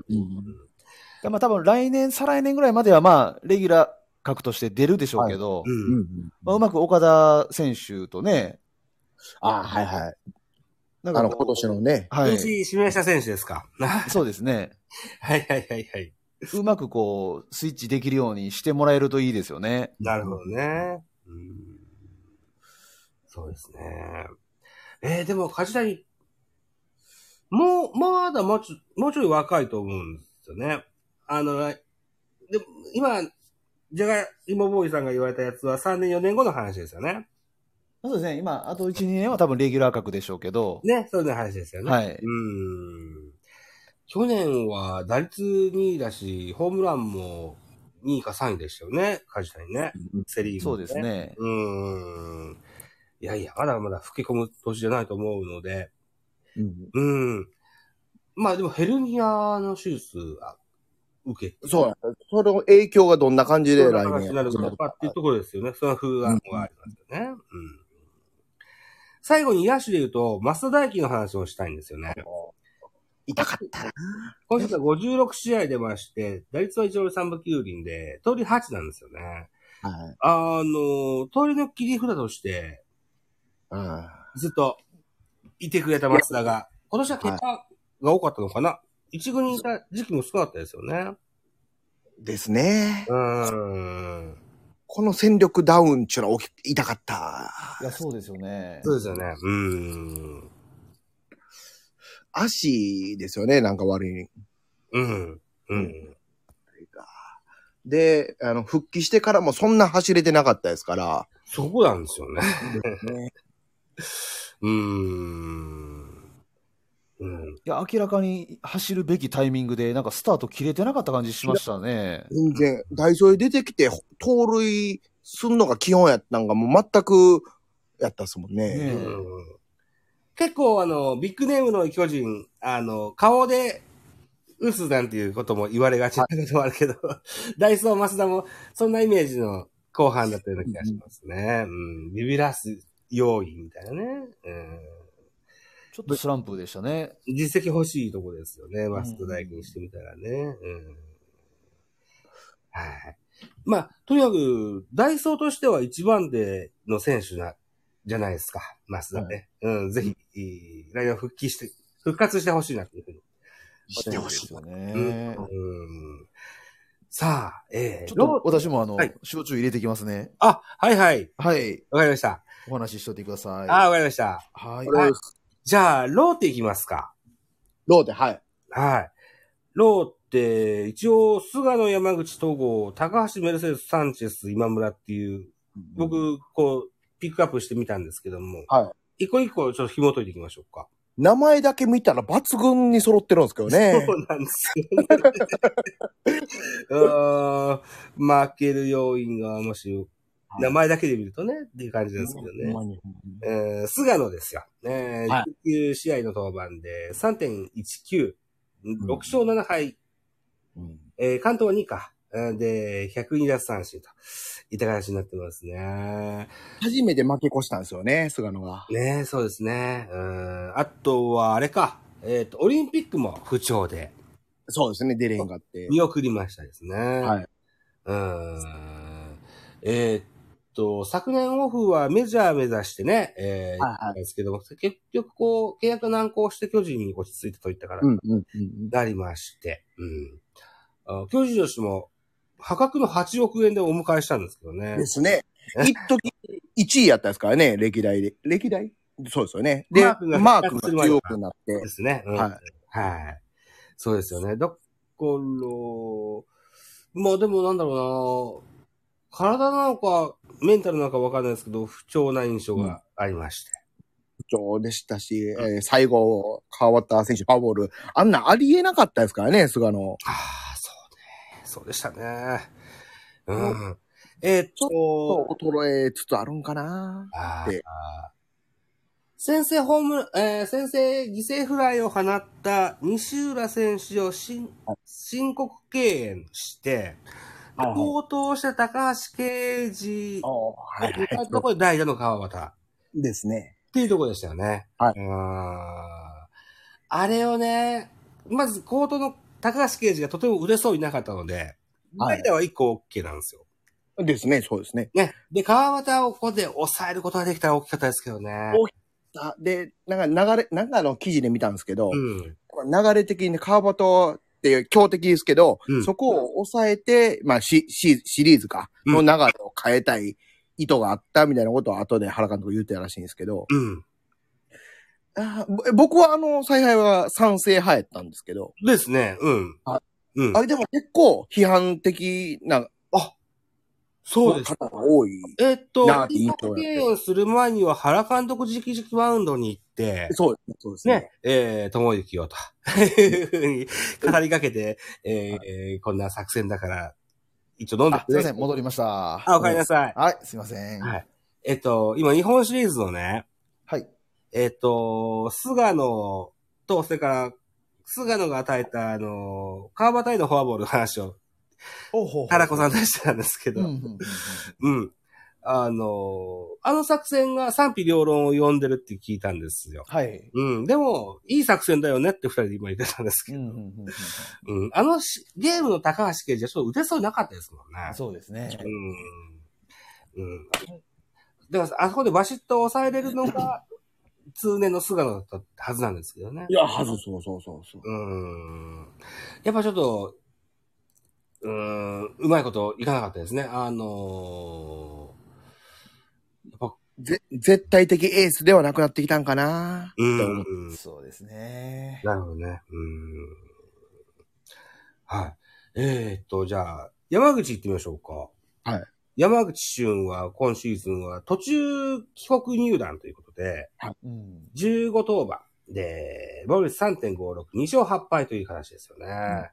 B: でまあ多分来年、再来年ぐらいまではまあ、レギュラー格として出るでしょうけど、
D: う
A: う。
D: んん
B: まあ、うまく岡田選手とね、
D: あはいはい。
B: なん
D: あ
B: か
D: の、
B: こ
D: 今年のね。
B: う、は
A: うち指名した選手ですか。はい
B: い、そうですね。
A: はいはいはい。
B: うまくこう、スイッチできるようにしてもらえるといいですよね。
A: なるほどね。うん、そうですね。えー、でも、梶谷、もう、まだもうちょ、もうちょい若いと思うんですよね。あの、来でも今、じゃがいもボーイさんが言われたやつは3年4年後の話ですよね。
B: そうですね。今、あと1、2年は多分レギュラー格でしょうけど、
A: ね、そういう話ですよね。
B: はい。
A: うん。去年は打率2位だし、ホームランも2位か3位でしたよね、梶谷ね。セリーグ、
B: そうです。ね。
A: うーん。いやいや、まだまだ吹き込む年じゃないと思うので、うん。まあでもヘルニアの手術は受けて、
C: そうや。その影響がどんな感じで
A: どんな
C: 来
A: 形
C: 年
A: になるのかっていうところですよね。その不安はありますよね。うん。最後に野手で言うと、増田大輝の話をしたいんですよね。
C: 痛かったな。
A: 今週は56試合出まして、打率は一応3分9厘で、通り8なんですよね。
C: はい。
A: あの、通りの切り札として、
C: うん。
A: ずっといてくれた松田が、今年は結果が多かったのかな、一軍にいた時期も少なかったですよね。
C: ですね。
A: うーん。
C: この戦力ダウンっていうのは大き痛かった。
B: いや、そうですよね。
A: そうですよね。うーん。
C: 足ですよね、なんか悪い。
A: うん。うん。
C: で、あの、復帰してからもそんな走れてなかったですから。
A: そこなんですよね。
C: ね
A: うーん。うん。
B: いや、明らかに走るべきタイミングで、なんかスタート切れてなかった感じしましたね。
C: 全然、ダイソーに出てきて、盗塁すんのが基本やったんが、もう全く、やったっすもんね。
B: ねえ
A: うん結構あの、ビッグネームの巨人、あの、顔で、うすなんていうことも言われがちなこともあるけど、 ダイソー、マスダも、そんなイメージの後半だったような気がしますね。うん。ビビらす要因みたいなね。
B: ちょっとスランプでしたね。
A: うん。実績欲しいとこですよね。マスト大輝にしてみたらね。うん。はい。まあ、とにかく、ダイソーとしては一番手の選手な、じゃないですか。マスダね。うん、ぜひ、いい来年は復帰して、復活してほしいなというふうに。
C: してほしい。
B: そうです
A: うん
B: よね。
A: さあ、え
B: ち
A: ー、
B: ょ
A: ロー
B: っと私もあの
A: はい、
B: 焼酎入れてきますね。
A: あ、はいはい。
B: はい。
A: わかりました。
B: お話ししといてください。
A: あ、わかりました。
B: はい
C: こ。れ
A: はいじゃあ、ローテいきますか。
C: ローテ、はい。
A: はい。ローって、一応、菅野、山口、戸郷、高橋、メルセデス、サンチェス、今村っていう、僕、こう、ピックアップしてみたんですけども、
C: は
A: 一個一個ちょっと紐解いていきましょうか。
C: 名前だけ見たら抜群に揃ってるんですけどね
A: そ。うなんですよね。 うーん負ける要因が、もし、名前だけで見るとね、っていう感じですけどね。
C: ほんまに
A: えー菅野ですよ。えー
C: は
A: 19試合の登板で3.19、6勝7敗、えー関東は2か。うんで、102奪三振と、いった形になってますね。
C: 初めて負け越したんですよね、菅野が。
A: ねえそうですね。うんあとは、あれか。えっ、と、オリンピックも不調で、
C: そうですね、出れへんかって。
A: 見送りましたですね。
C: はい。
A: うん。えーっと、昨年オフはメジャー目指してね、えー、
C: はいはい
A: 行ったんですけども、結局こう、契約難航して巨人に落ち着いたといったから、
C: うんうんうんうん。
A: なりまして、うん。あ巨人女子も、破格の8億円でお迎えしたんですけどね
C: で。すね。一時1位やったですからね、歴代で。歴代そうですよね。で、
A: マ
C: マ
A: ー君が
C: ー君が
A: 強
C: 強
A: く
C: くなって
A: で。すね。うん、
C: は
A: はい。そうですよね。だから、まあでもなんだろうな体なのか、メンタルなのかわかんないですけど、不調な印象がありまして。
C: 長でしたし、えー最後、変わった選手、ファウボール。あんなんありえなかったですからね、菅野。
A: ああ、そうね。そうでしたね。うん。えーっと、
C: 衰えつつあるんかな
A: あ
C: で
A: あ先制ホーム、えー先制犠牲フライを放った西浦選手を申申告敬遠して、
C: はいはい
A: 高投して高橋奎二
C: は
A: どこで代打の川端っ
C: い。ですね。
A: ていうとこでしたよね。
C: はい
A: ああれをね、まず高投の高橋奎二がとても売れそうになかったので、
C: はい
A: 代打は1個 OK なんですよ。
C: ですね、そうですね。
A: ね。で、川端をここで抑えることができたら大きかったですけどね。
C: 大あで、なんか流れ、なんかあの記事で見たんですけど、
A: うん。
C: 流れ的に川端っていう強敵ですけど、
A: うん
C: そこを抑えて、まあシシシリーズか、
A: うん
C: の流れを変えたい意図があったみたいなことを後で原監督言ってたらしいんですけど、
A: うん。
C: あーぼ僕はあの、采配は賛成派やったんですけど、
A: ですね。うん。
C: は
A: うん。
C: あれでも結構批判的な
A: そうです
C: 方。が多い。
A: えっと、
C: なあ
A: インタビューをする前には原監督直々マウンドに行って、
C: そうですね。そうですね。
A: ね、えー、ともゆきよと、 いうふうに語りかけて、えー、こんな作戦だから、一応飲んで
B: あ、すいません、戻りました。
A: あ、おかえりなさい。
B: はい、すいません。
A: は
B: はい
A: えっと、今、日本シリーズのね、
B: い。
A: えっと、菅野と、それから、菅野が与えた、あの、川端へのフォアボールの話を、
B: おほ
A: 原子さんとしてたんですけど、
B: う
A: うん、
B: うんんうんうん
A: あの、あの作戦が賛否両論を呼んでるって聞いたんですよ。
B: はい。
A: うん、でも、いい作戦だよねって二人で今言ってたんです
B: う
A: け
B: ん
A: ど、
B: う
A: うんん
B: うんうん
A: あのしゲームの高橋刑事はちょっと打てそうになかったですもんね。
B: そうですね。
A: うん。うん。だから、あそこでバシッと抑えれるのが、通年の菅野だったはずなんですけどね。
C: いや、はず、そうそうそうそう。
A: うん。やっぱちょっと、うん、うまいこといかなかったですね。あのー、やっぱ、
C: ぜ、絶対的エースではなくなってきたんかな
A: うん
C: と思っ
B: そうですね。
A: なるほどね。うん。はい。えー、っと、じゃあ、山口行ってみましょうか。
C: はい。
A: 山口俊は今シーズンは途中帰国入団ということで、
B: うん。
A: 15登板で、防御率3.56、2勝8敗という話ですよね。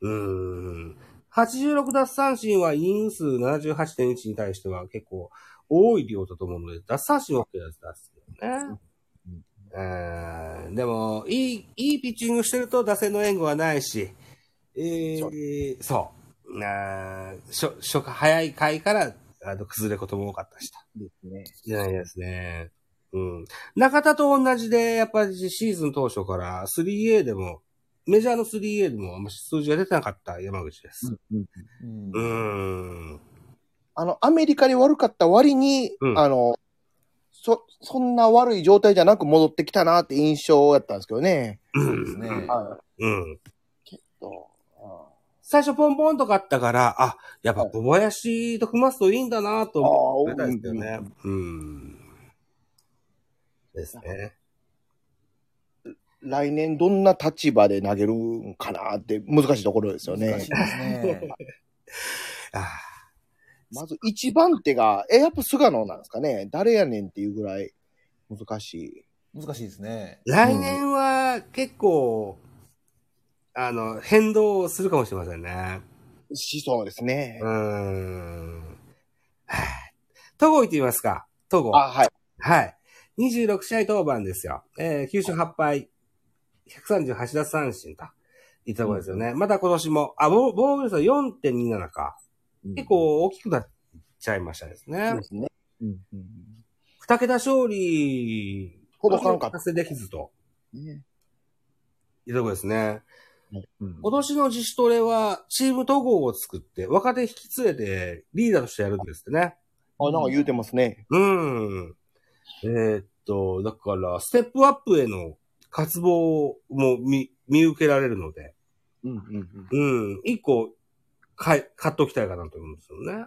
A: うーん。86奪三振はイン数78.1に対しては結構多い量だと思うので、奪三振は OK だったんですけどね。うん、でも、いい、いいピッチングしてると打線の援護はないし、えー、そう。なー初、初回、早い回から、あの、崩れことも多かったしと。
C: ですね。
A: じゃないですね。うん。中田と同じで、やっぱりシーズン当初から 3A でも、メジャーの 3A でもあんま数字が出てなかった山口です。
B: うん
A: うーん。
C: あの、アメリカで悪かった割に、
A: うん
C: あの、そ、そんな悪い状態じゃなく戻ってきたなって印象やったんですけどね。
A: う
B: そうんですね。
C: は
A: うん。
C: い。あ
A: 最初ポンポンとかあったから、あ、やっぱ小林と組ますといいんだなと
C: あ
A: 思
C: 多
A: っ
C: い
A: たんですけどね。うん。ですね。
C: 来年どんな立場で投げるんかなって難しいところですよ
B: 難
C: ね
B: しい。ですね。
A: あ
C: まず一番手が、え、やっぱ菅野なんですかね。誰やねんっていうぐらい難しい。
B: 難しいですね。
A: 来年は結構、あの、変動するかもしれませんね。
C: しそうですね
A: う。ーん。はい戸郷行ってみますか。戸郷。
C: あ、はい。
A: はい。26試合登板ですよ。えー、9勝8敗、138奪三振と。いったところですよね。また今年も、あ、防防御率は4.27か。結構大きくなっちゃいましたですね。
C: ですね。うんうん
A: 二桁勝利、
C: 届かんかった
A: 達成できずと。
C: ね
A: いったところですね。
C: うん
A: 今年の自主トレは、チーム統合を作って、若手引き連れて、リーダーとしてやるんですってね。
C: あ、なんか言うてますね。
A: うん。えーっと、だから、ステップアップへの渇望も見、見受けられるので、
C: うんうんうん。
A: うん、一個、買い、買っときたいかなと思うんですよね。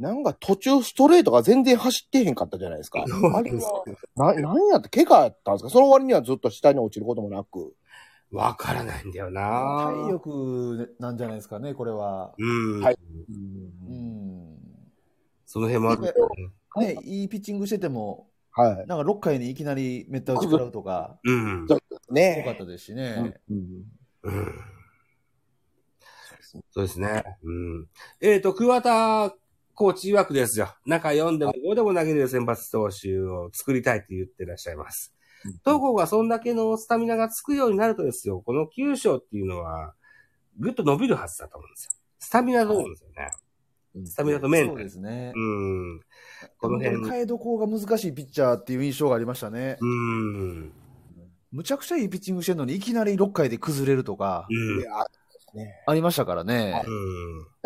C: なんか途中ストレートが全然走ってへんかったじゃないですか。
A: うん。
C: あれは、な、なんやって、怪我やったんですかその割にはずっと下に落ちることもなく。
A: わからないんだよな
B: 体力なんじゃないですかね、これは。
A: うん。
C: はい
B: うん。
A: その辺もあるんだよね。
B: ね、いいピッチングしてても、
C: は
B: なんか6回にいきなりめった打ち食らうとか、
A: うん。
C: い。
B: 多かっ
C: ね
B: たですしね。
A: うん。そうですね。うん。えっ、と、桑田コーチ曰くですよ。中4でも5でも投げれる先発投手を作りたいって言ってらっしゃいます。東郷がそんだけのスタミナがつくようになるとですよ、この9勝っていうのは、ぐっと伸びるはずだと思うんですよ。スタミナと思うんですよね。スタミナとメン
B: そ
A: タ
B: う
A: ル。
B: ですね。
A: うん。この
B: 本当
A: 辺。
B: に変えどころが難しいピッチャーっていう印象がありましたね。
A: うん。
B: むちゃくちゃいいピッチングしてるのに、いきなり6回で崩れるとか
A: う、
C: い
A: ん。
C: や、ね
B: ありましたからね。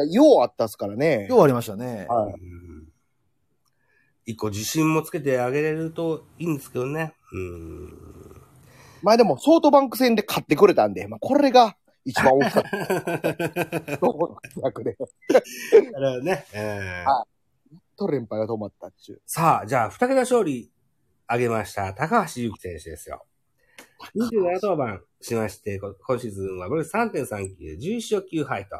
A: うん。
C: ようあったっすからね。
B: ようありましたね。
C: は
A: う
C: い。
A: ん 一個自信もつけてあげれるといいんですけどね。うん。
C: まあでも、ソートバンク戦で買ってくれたんで、まあこれが一番大きかった。どこの活躍で。
A: だからね、えー
C: はいと連敗が止まったっちゅう。
A: さあ、じゃあ、二桁勝利挙げました、高橋優希選手ですよ。27登板しまして、こ今シーズンはブルース3.3球、11勝9敗と、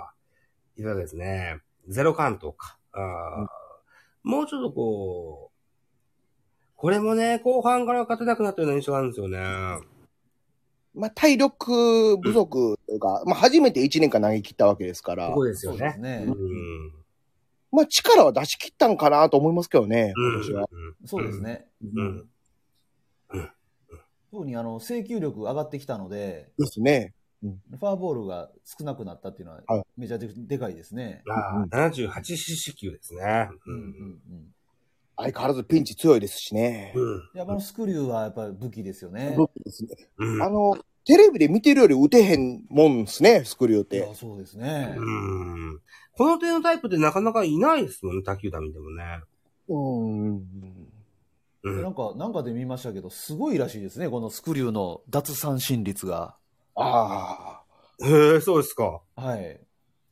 A: いうわけですね。ゼロ関東か。あーもうちょっとこう、これもね、後半から勝てなくなったような印象があるんですよね。
C: まあ体力不足というか、まあ初めて1年間投げ切ったわけですから、
A: ここですよね。
B: ね
A: うん。
C: まあ力は出し切ったんかなと思いますけどね、
A: うん
C: 私は。
B: そうです。ね。
A: うん。
B: 特にあの、制球力上がってきたので、
C: ですね。
B: フォアボールが少なくなったっていうの
C: はい
B: は、めちゃででかいですね。
A: ああ、78cc 級ですね。う
B: うんう
A: ん。
B: んうん。
C: 相変わらずピンチ強いですしね。
A: うん。
B: やっぱあのスクリューはやっぱり武器ですよね。
C: 武器ですね
A: うん
C: あの、テレビで見てるより打てへんもんですね、スクリューっ
B: い
C: て
B: や、。そうですね。
A: うんこの手のタイプってなかなかいないですもんね、卓球団見てもね。
C: うん。
A: う。
B: なんんか、なんかで見ましたけど、すごいらしいですね、このスクリューの奪三振率が。
C: ああ。
A: へえ、そうですか。
B: はい。
A: へ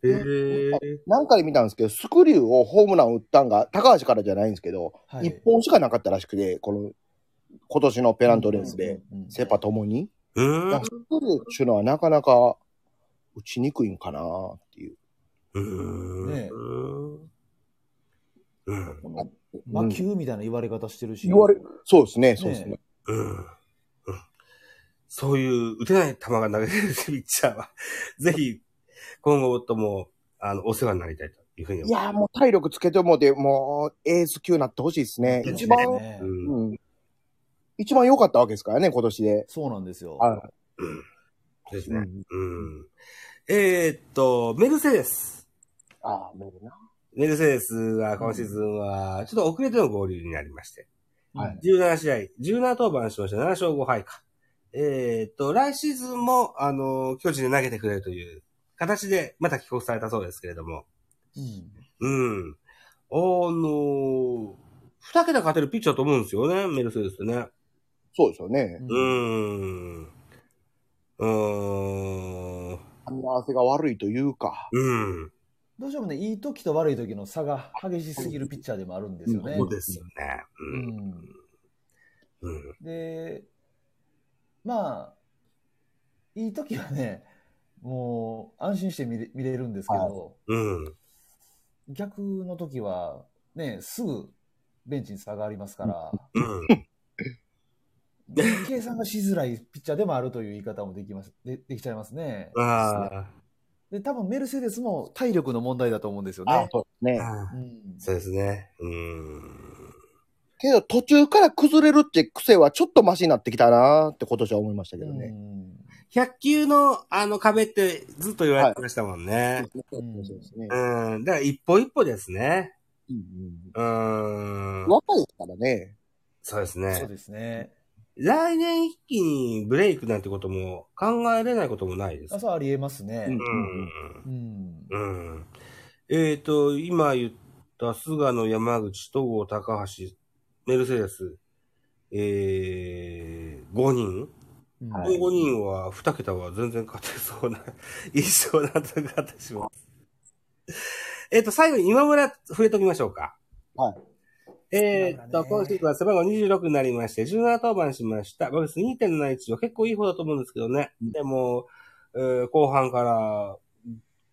A: え。
C: なんかで見たんですけど、スクリューをホームラン打ったんが、高橋からじゃないんですけど、
B: は
C: 一
B: い。
C: 本しかなかったらしくて、この、今年のペナントレースで、
B: うんうんうん
C: セパともに。
A: う
C: だ
A: ん
C: からス。クリューっていうのはなかなか打ちにくいんかなっていう。
A: うん。
B: ねえ
A: うん。
B: この魔球みたいな言われ方してるし。
C: 言われそうですね、そうですね。
A: うん。うんそういう打てない球が投げれるピッチャーは、 ぜひ、今後とも、あの、お世話になりたいというふうに
C: い
A: 思
C: やー、もう体力つけてもで、もう、エース級になってほしいですね。
A: そうです
C: 一
A: ね
C: 番、
B: ね
A: う。うん。
C: うん。一番良かったわけですからね、今年で。
B: そうなんですよ。
C: はい
A: うんです
C: う
A: ね。
C: ん、
A: うん。えーっと、メルセデス。
C: ああ、無理な。
A: メルセデスは今シーズンは、ちょっと遅れての合流になりまして、
B: はい
A: 17試合、17登板しました、7勝5敗か。えーっと、来シーズンも、あの、巨人で投げてくれるという形で、また帰国されたそうですけれども、
B: うん
A: うん。あの、二桁勝てるピッチャーだと思うんですよね、メルセデスってね。
C: そうですよね。
A: う
B: うん
A: ん。うーん。
C: 噛み合わせが悪いというか。
A: うん。
B: どうしてもね、いい時と悪い時の差が激しすぎるピッチャーでもあるんですよね。
A: そうですよね。
B: う
A: うん。
B: ん。
A: うん。
B: で、まあ、いい時はね、もう安心して見れ見れるんですけど、
A: うん。
B: 逆の時は、ね、すぐベンチに差がありますから、
A: うん。
B: 計算がしづらいピッチャーでもあるという言い方もできます、でできちゃいますね。
A: あ
B: で、多分メルセデスも体力の問題だと思うんですよ
C: ああ
B: ね、。
C: そうですね。
A: あ。
B: うん
A: そうですね。うーん。
C: けど途中から崩れるって癖はちょっとマシになってきたなーって今年は思いましたけどね。
A: 100球のあの壁ってずっと言われてましたもんね。
B: ん
C: そうですね。
A: うん。だから一歩一歩ですね。
C: うん
A: うーん。
C: 若いですからね。
A: そうです
B: うんそう
A: ね。
B: ですね。
A: 来年一気にブレイクなんてことも考えれないこともないです。
B: あ、そうありえますね。
A: うん。
B: うん。
A: うん。えっ、と、今言った菅野、山口、戸郷、高橋、メルセデス、えー、5人
B: うん
A: この5人は2桁は全然勝てそうな印象なんだが私も。えっと、最後に今村触れときましょうか。。
C: はい
A: えーっと、
B: 今
A: 今
B: 村ね
A: シーズンは背番号26になりまして、17登板しました。ボルス2.71は結構いい方だと思うんですけどね。でも、えー後半から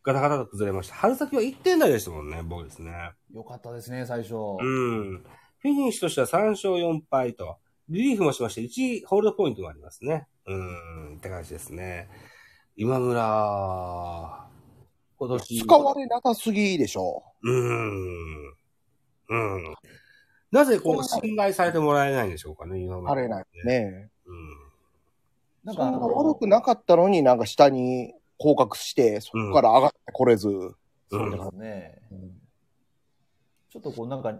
A: ガタガタと崩れました。春先は1点台でしたもんね、ボルスね。
B: よかったですね、最初。
A: うん。フィニッシュとしては3勝4敗と、リリーフもしまして1ホールドポイントがありますね。うん、って感じですね。今村、今年。
C: 使われなさすぎでしょ
A: うん。うん。なぜこう、信頼されてもらえないんでしょうかね、今
C: う。
A: 村。
C: されないですね。
B: なん
C: そ
B: か、
C: んな悪くなかったのになんか下に降格して、そこから上がってこれず。
A: う。
B: そうんで
A: うん。
B: すね。ちょっとこう、なんか、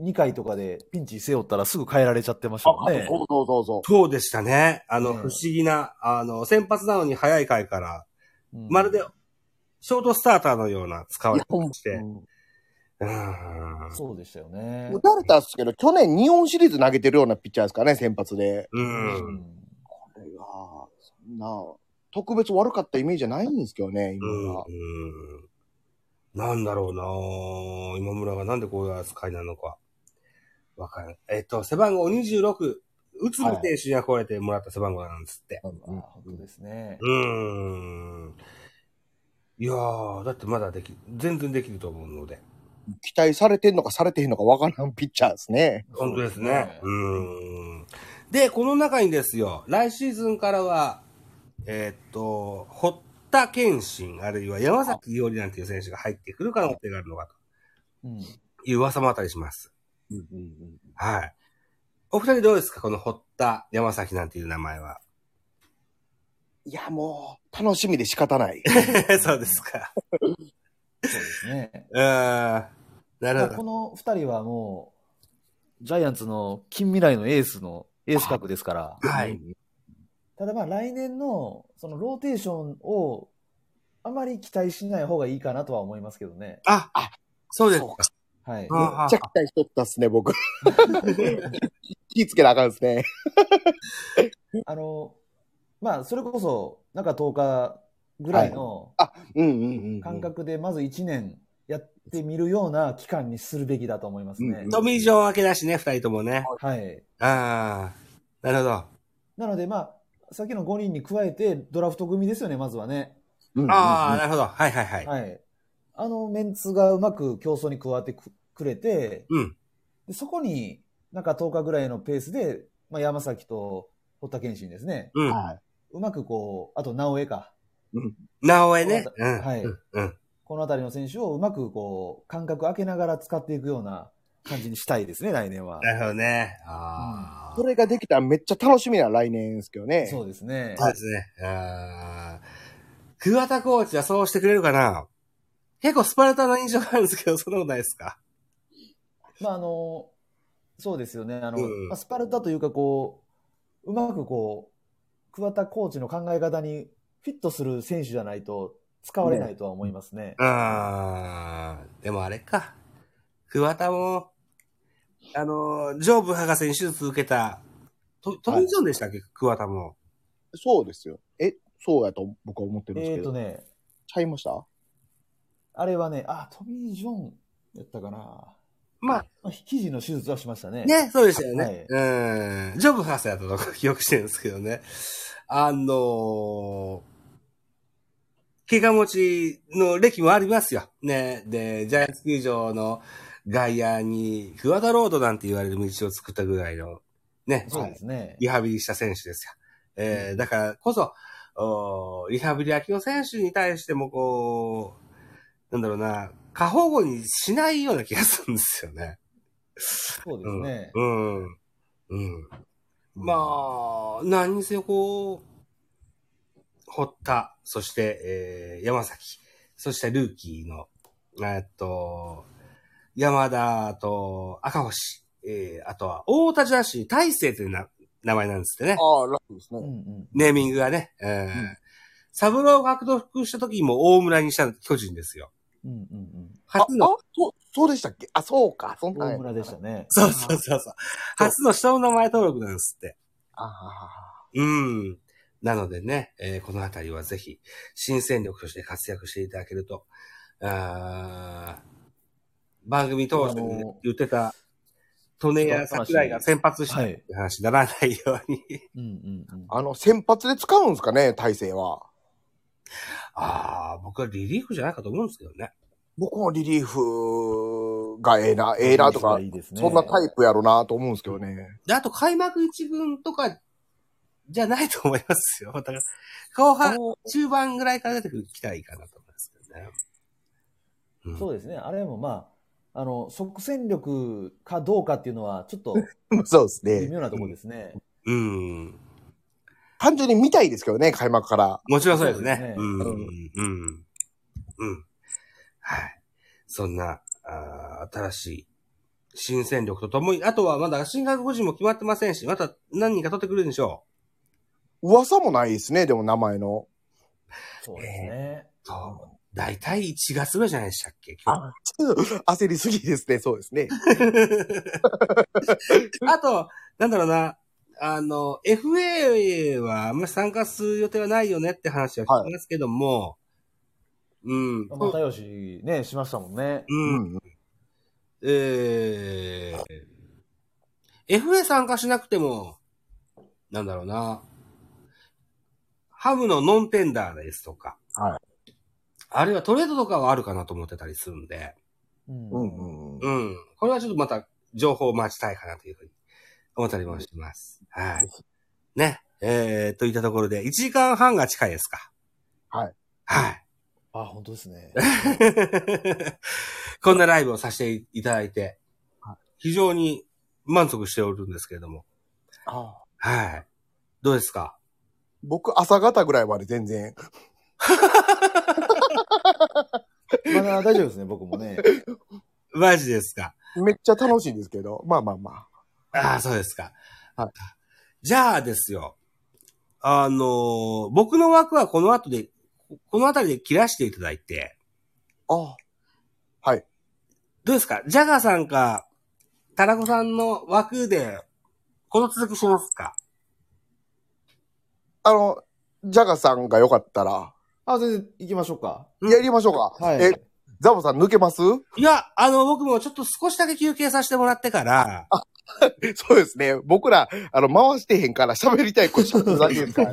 B: 2回とかでピンチ背負ったらすぐ変えられちゃってましたもん
C: あ
B: ね。
C: そうそうそうそう。
A: そうでしたね。あの、
B: ね
A: 不思議な、あの、先発なのに早い回から、
B: うん
A: まるで、ショートスターターのような使わ
C: い
A: れ
C: や、ほん
A: 方して。うん。
B: そうでしたよね。
C: 打たれたっすけど、去年日本シリーズ投げてるようなピッチャーですからね、先発で。
A: う。
B: うんん
C: これがなあ特別悪かったイメージじゃないんですけどね、今
A: うん
C: は。。
A: なんだろうな今村がなんでこういう扱いなのか。わかんない。えっと、背番号26、内海選手に憧れてもらった背番号なんですって。
B: あ本当ですね。
A: うーん。いやー、だってまだでき、全然できると思うので。
C: 期待されてんのかされてへんのかわからんピッチャーですね。
A: 本当ですね。うーん。で、この中にですよ、来シーズンからは、えーっと、堀田健信、あるいは山崎伊織なんていう選手が入ってくる可能性があるのか
B: うん。
A: という噂もあったりします。
D: うんうんうん
A: はい。お二人どうですかこの堀田、山崎なんていう名前は。
C: いや、もう、楽しみで仕方ない。
A: そうですか。
B: そうですね。
A: うーん。なるほ
B: こ
A: ど。
B: の二人はもう、ジャイアンツの近未来のエースの、エース格ですから。
A: はい。
B: ただまあ来年の、そのローテーションを、あまり期待しない方がいいかなとは思いますけどね。
A: あ、あ
C: あ、
A: そうですか
C: そう。
B: はい。
A: あ
C: めっちゃ期待しとったっすね、僕。気ぃつけなあかんですね。
B: あの、まあそれこそ、中10日ぐらいの
C: うんうんうんうん。
B: 感覚で、まず1年やってみるような期間にするべきだと思いますね
D: うん。
A: トミー・ジョン明けだしね、二人ともね。
B: はい。
A: ああ。なるほど。
B: なのでまあ、さっきの5人に加えて、ドラフト組ですよね、まずはね。
D: うんうん
A: ああ、なるほど。はいはいはい。
B: はい。あのメンツがうまく競争に加わってくくれて、
A: うん。
B: でそこになんか10日ぐらいのペースで、まあ、山崎と堀田健信ですね。
A: うん。
C: は
B: うまくこう、あと直江か。
A: なおえね。
B: こ
A: うん。
B: はい
A: うんうん。
B: この辺りの選手をうまくこう、間隔空けながら使っていくような感じにしたいで すね、来年は。
A: なるほどね。ああ。
C: い。それができたらめっちゃ楽しみな来年ですけどね。
B: そうですね。
A: そうですね。ああ。桑田コーチはそうしてくれるかな結構スパルタな印象があるんですけど、そんなことないですか
B: まあ、あの、そうですよね。あの、
A: うん
B: まあスパルタというかこう、うまくこう、桑田コーチの考え方にフィットする選手じゃないと使われないとは思いますね。
A: ああ。でもあれか。桑田も、あのー、上部博士に手術受けた、トトミー・ジョンでしたっけ、桑田も。
C: そうですよ。え、そうやと僕は思ってるんです
B: えっ、
C: け
B: と
C: ど。
B: ね、
C: ちゃいました
B: あれはね、あ、トミー・ジョンやったかな。
A: まあ、
B: まあ、肘の手術はしましたね。
A: ね、そうでしたよね。
B: はいう
A: ーん。ジョブ博士だったと 僕記憶してるんですけどね。あのー、怪我持ちの歴もありますよ。ね。で、ジャイアンツ球場の外野に、クワタロードなんて言われる道を作ったぐらいの、ね、
B: そうですね。
A: リハビリした選手ですよ。えーだからこそ、おーリハビリ明けの選手に対してもこう、なんだろうな、過保護にしないような気がするんですよね。
B: そうですね。
A: うん。うん。まあ、何にせよこう、堀田、そして、えー山崎、そしてルーキーの、えーっと、山田と赤星、えーあとは大田ジャーシー大勢というな名前なんですってね。
C: ああ、ラフです
B: うん。うん
A: ネーミングがね。うんサブローを獲得した時も大村にした巨人ですよ。
B: うんうんうん。
A: 初の
C: あ、そう、そうでしたっけあ、そうか、そんなんや
B: 大村でしたね。
A: そうそうそうそう。初の下の名前登録なんですって。
C: ああ
A: うん。なのでね、えーこのあたりはぜひ、新戦力として活躍していただけると、あー番組当初にね
B: あの
A: 言ってた、利根や桜井が先発した
B: は
A: って
B: い。
A: 話にならないように。
B: うんうんうん。
C: あの、先発で使うんですかね、体勢は。
A: ああ、僕はリリーフじゃないかと思うんですけどね。
C: 僕もリリーフがええな、ええなとか、
B: いいですね
C: そんなタイプやろなと思うんですけどね。
A: で、あと開幕一軍とか、じゃないと思いますよ。だ から、後半、中盤ぐらいから出てくる期待かなと思いますけどね。うん
B: そうですね。あれもまあ、あの、即戦力かどうかっていうのは、ちょっと
C: そうです
B: 微
C: ね。
B: 妙なところですね。
A: うん。
C: 単純に見たいですけどね、開幕から。
A: もちろんそうですね。う
B: そ
A: ん
C: ですね
A: うん。うん。はい。そんな、あー新しい新戦力とともに、あとはまだ新外国人も決まってませんし、また何人か取ってくるんでしょ
C: 噂もないですね、でも名前の。
B: そうですね。
A: う。と、だいたい1月ぐらいじゃないでしたっけ今日
C: ちょっと焦りすぎですね、そうですね。
A: あと、なんだろうな、あの、FA はあんまり参加する予定はないよねって話は聞きますけども、うん。
B: まあ、又吉ね、しましたもんね。
A: うん。
D: うん
A: えー、FA 参加しなくても、なんだろうな、ハムのノンテンダーですとか、
D: はい
A: あるいはトレードとかはあるかなと思ってたりするんで、
B: うん
D: うんうんうん。
A: うん。これはちょっとまた情報を待ちたいかなというふうに思ったりもします。はい。ね。えー、といったところで、1時間半が近いですか。
D: はい。
A: はい。
B: あ、本当ですね。
A: こんなライブをさせていただいて、非常に満足しておるんですけれども。
D: あ
A: はい。どうですか
C: 僕、朝方ぐらいまで全然。
B: まだ大丈夫ですね、僕もね。
A: マジですか
C: めっちゃ楽しいんですけど。まあまあまあ。
A: ああ、そうですか。
C: はい
A: じゃあですよ。あのー僕の枠はこの後で、この辺りで切らしていただいて、
C: あ
A: どうですかジャガーさんか、タラコさんの枠で、この続きしますか
C: あ。あの、ジャガさんがよかったら、
B: あ、全然行きましょうか。
A: うん
C: やりましょうか。
B: はい。
C: え、ザボさん抜けます
A: いや、あの、僕もちょっと少しだけ休憩させてもらってから、
C: そうですね。僕ら、あの、回してへんから喋りたいこと喋るだけですから。
A: あ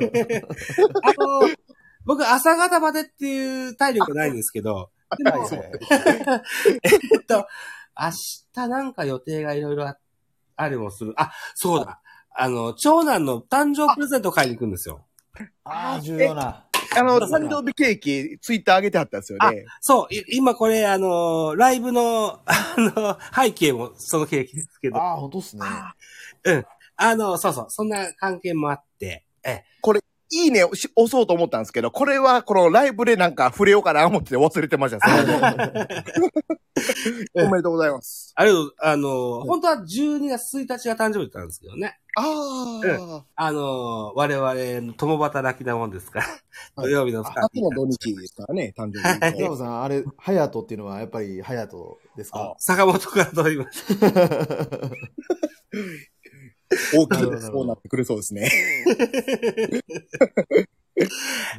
A: の、僕、朝方までっていう体力ないんですけど、で
B: はい
A: も、
B: はい
A: 明日なんか予定がいろいろあありもする。あ、そうだ。あの、長男の誕生プレゼント買いに行くんですよ。
B: あー、重要な。
D: あの、
B: そうなん
D: 誕生日ケーキ、ツイッター上げてはったんですよね。
A: そう、い今これ、あの、ライブの、あの、背景もそのケーキですけど、あ
B: あー、本当ですね。
A: の、そうそう、そんな関係もあって、え、
D: いいねをし押そうと思ったんですけど、これはこのライブでなんか触れようかな思ってて忘れてました。それおめでとうございます。
A: あれ、あの、本当は12月1日が誕生日だったんですけどね。
C: ああ。
A: あの、我々の共働きなもんですから、土曜日の
D: あとの土日ですからね、誕生日。
B: ザボさん、あれ、ハヤトっていうのはやっぱりハヤトですか
A: 坂本からとりまし
D: 大きいです。そうなってくるそうですね。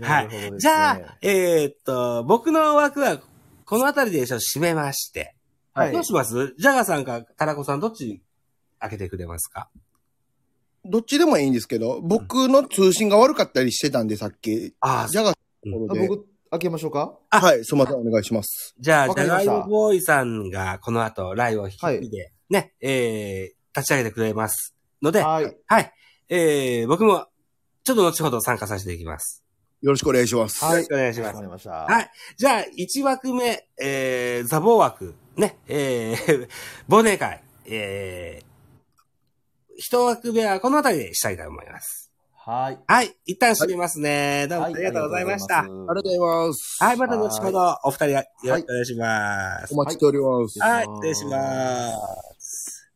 A: はい
B: い
A: じゃあ、えーっと、僕の枠は、この辺りでちょっと締めまして。
B: はい
A: どうしますジャガさんかタラコさんどっち開けてくれますか
D: どっちでもいいんですけど、僕の通信が悪かったりしてたんで、さっき。
A: ああ、
D: じゃが、僕、
B: 僕、開けましょうか
D: はい、すみません、お願いします。
A: じゃあ、
B: わ
A: ジ
B: か
A: ャ
B: りま
A: ガ
B: し
A: イ
B: た
A: モボーイさんがこの後、ライブを引き継いで、ね、えー、立ち上げてくれます。ので、
B: はい。
A: はい。えー、僕も、ちょっと後ほど参加させていきます。
D: よろしくお願いします。
A: よろしくお願いします
B: わか。りました。
A: はいじゃあ、1枠目、えー、ザボ枠、ね、えー、 忘年会、えー、1枠目はこの辺りでしたいと思います。
B: はい。
A: はい、一旦閉めますね。どうも
B: は
A: ありがとうございました。
B: あ
A: は
B: り
A: い、
B: がとう
D: ありがとうございます。
A: また後ほどお二人よろしくお願いします
D: お。待ちしております。
B: はい
A: はい、失礼します。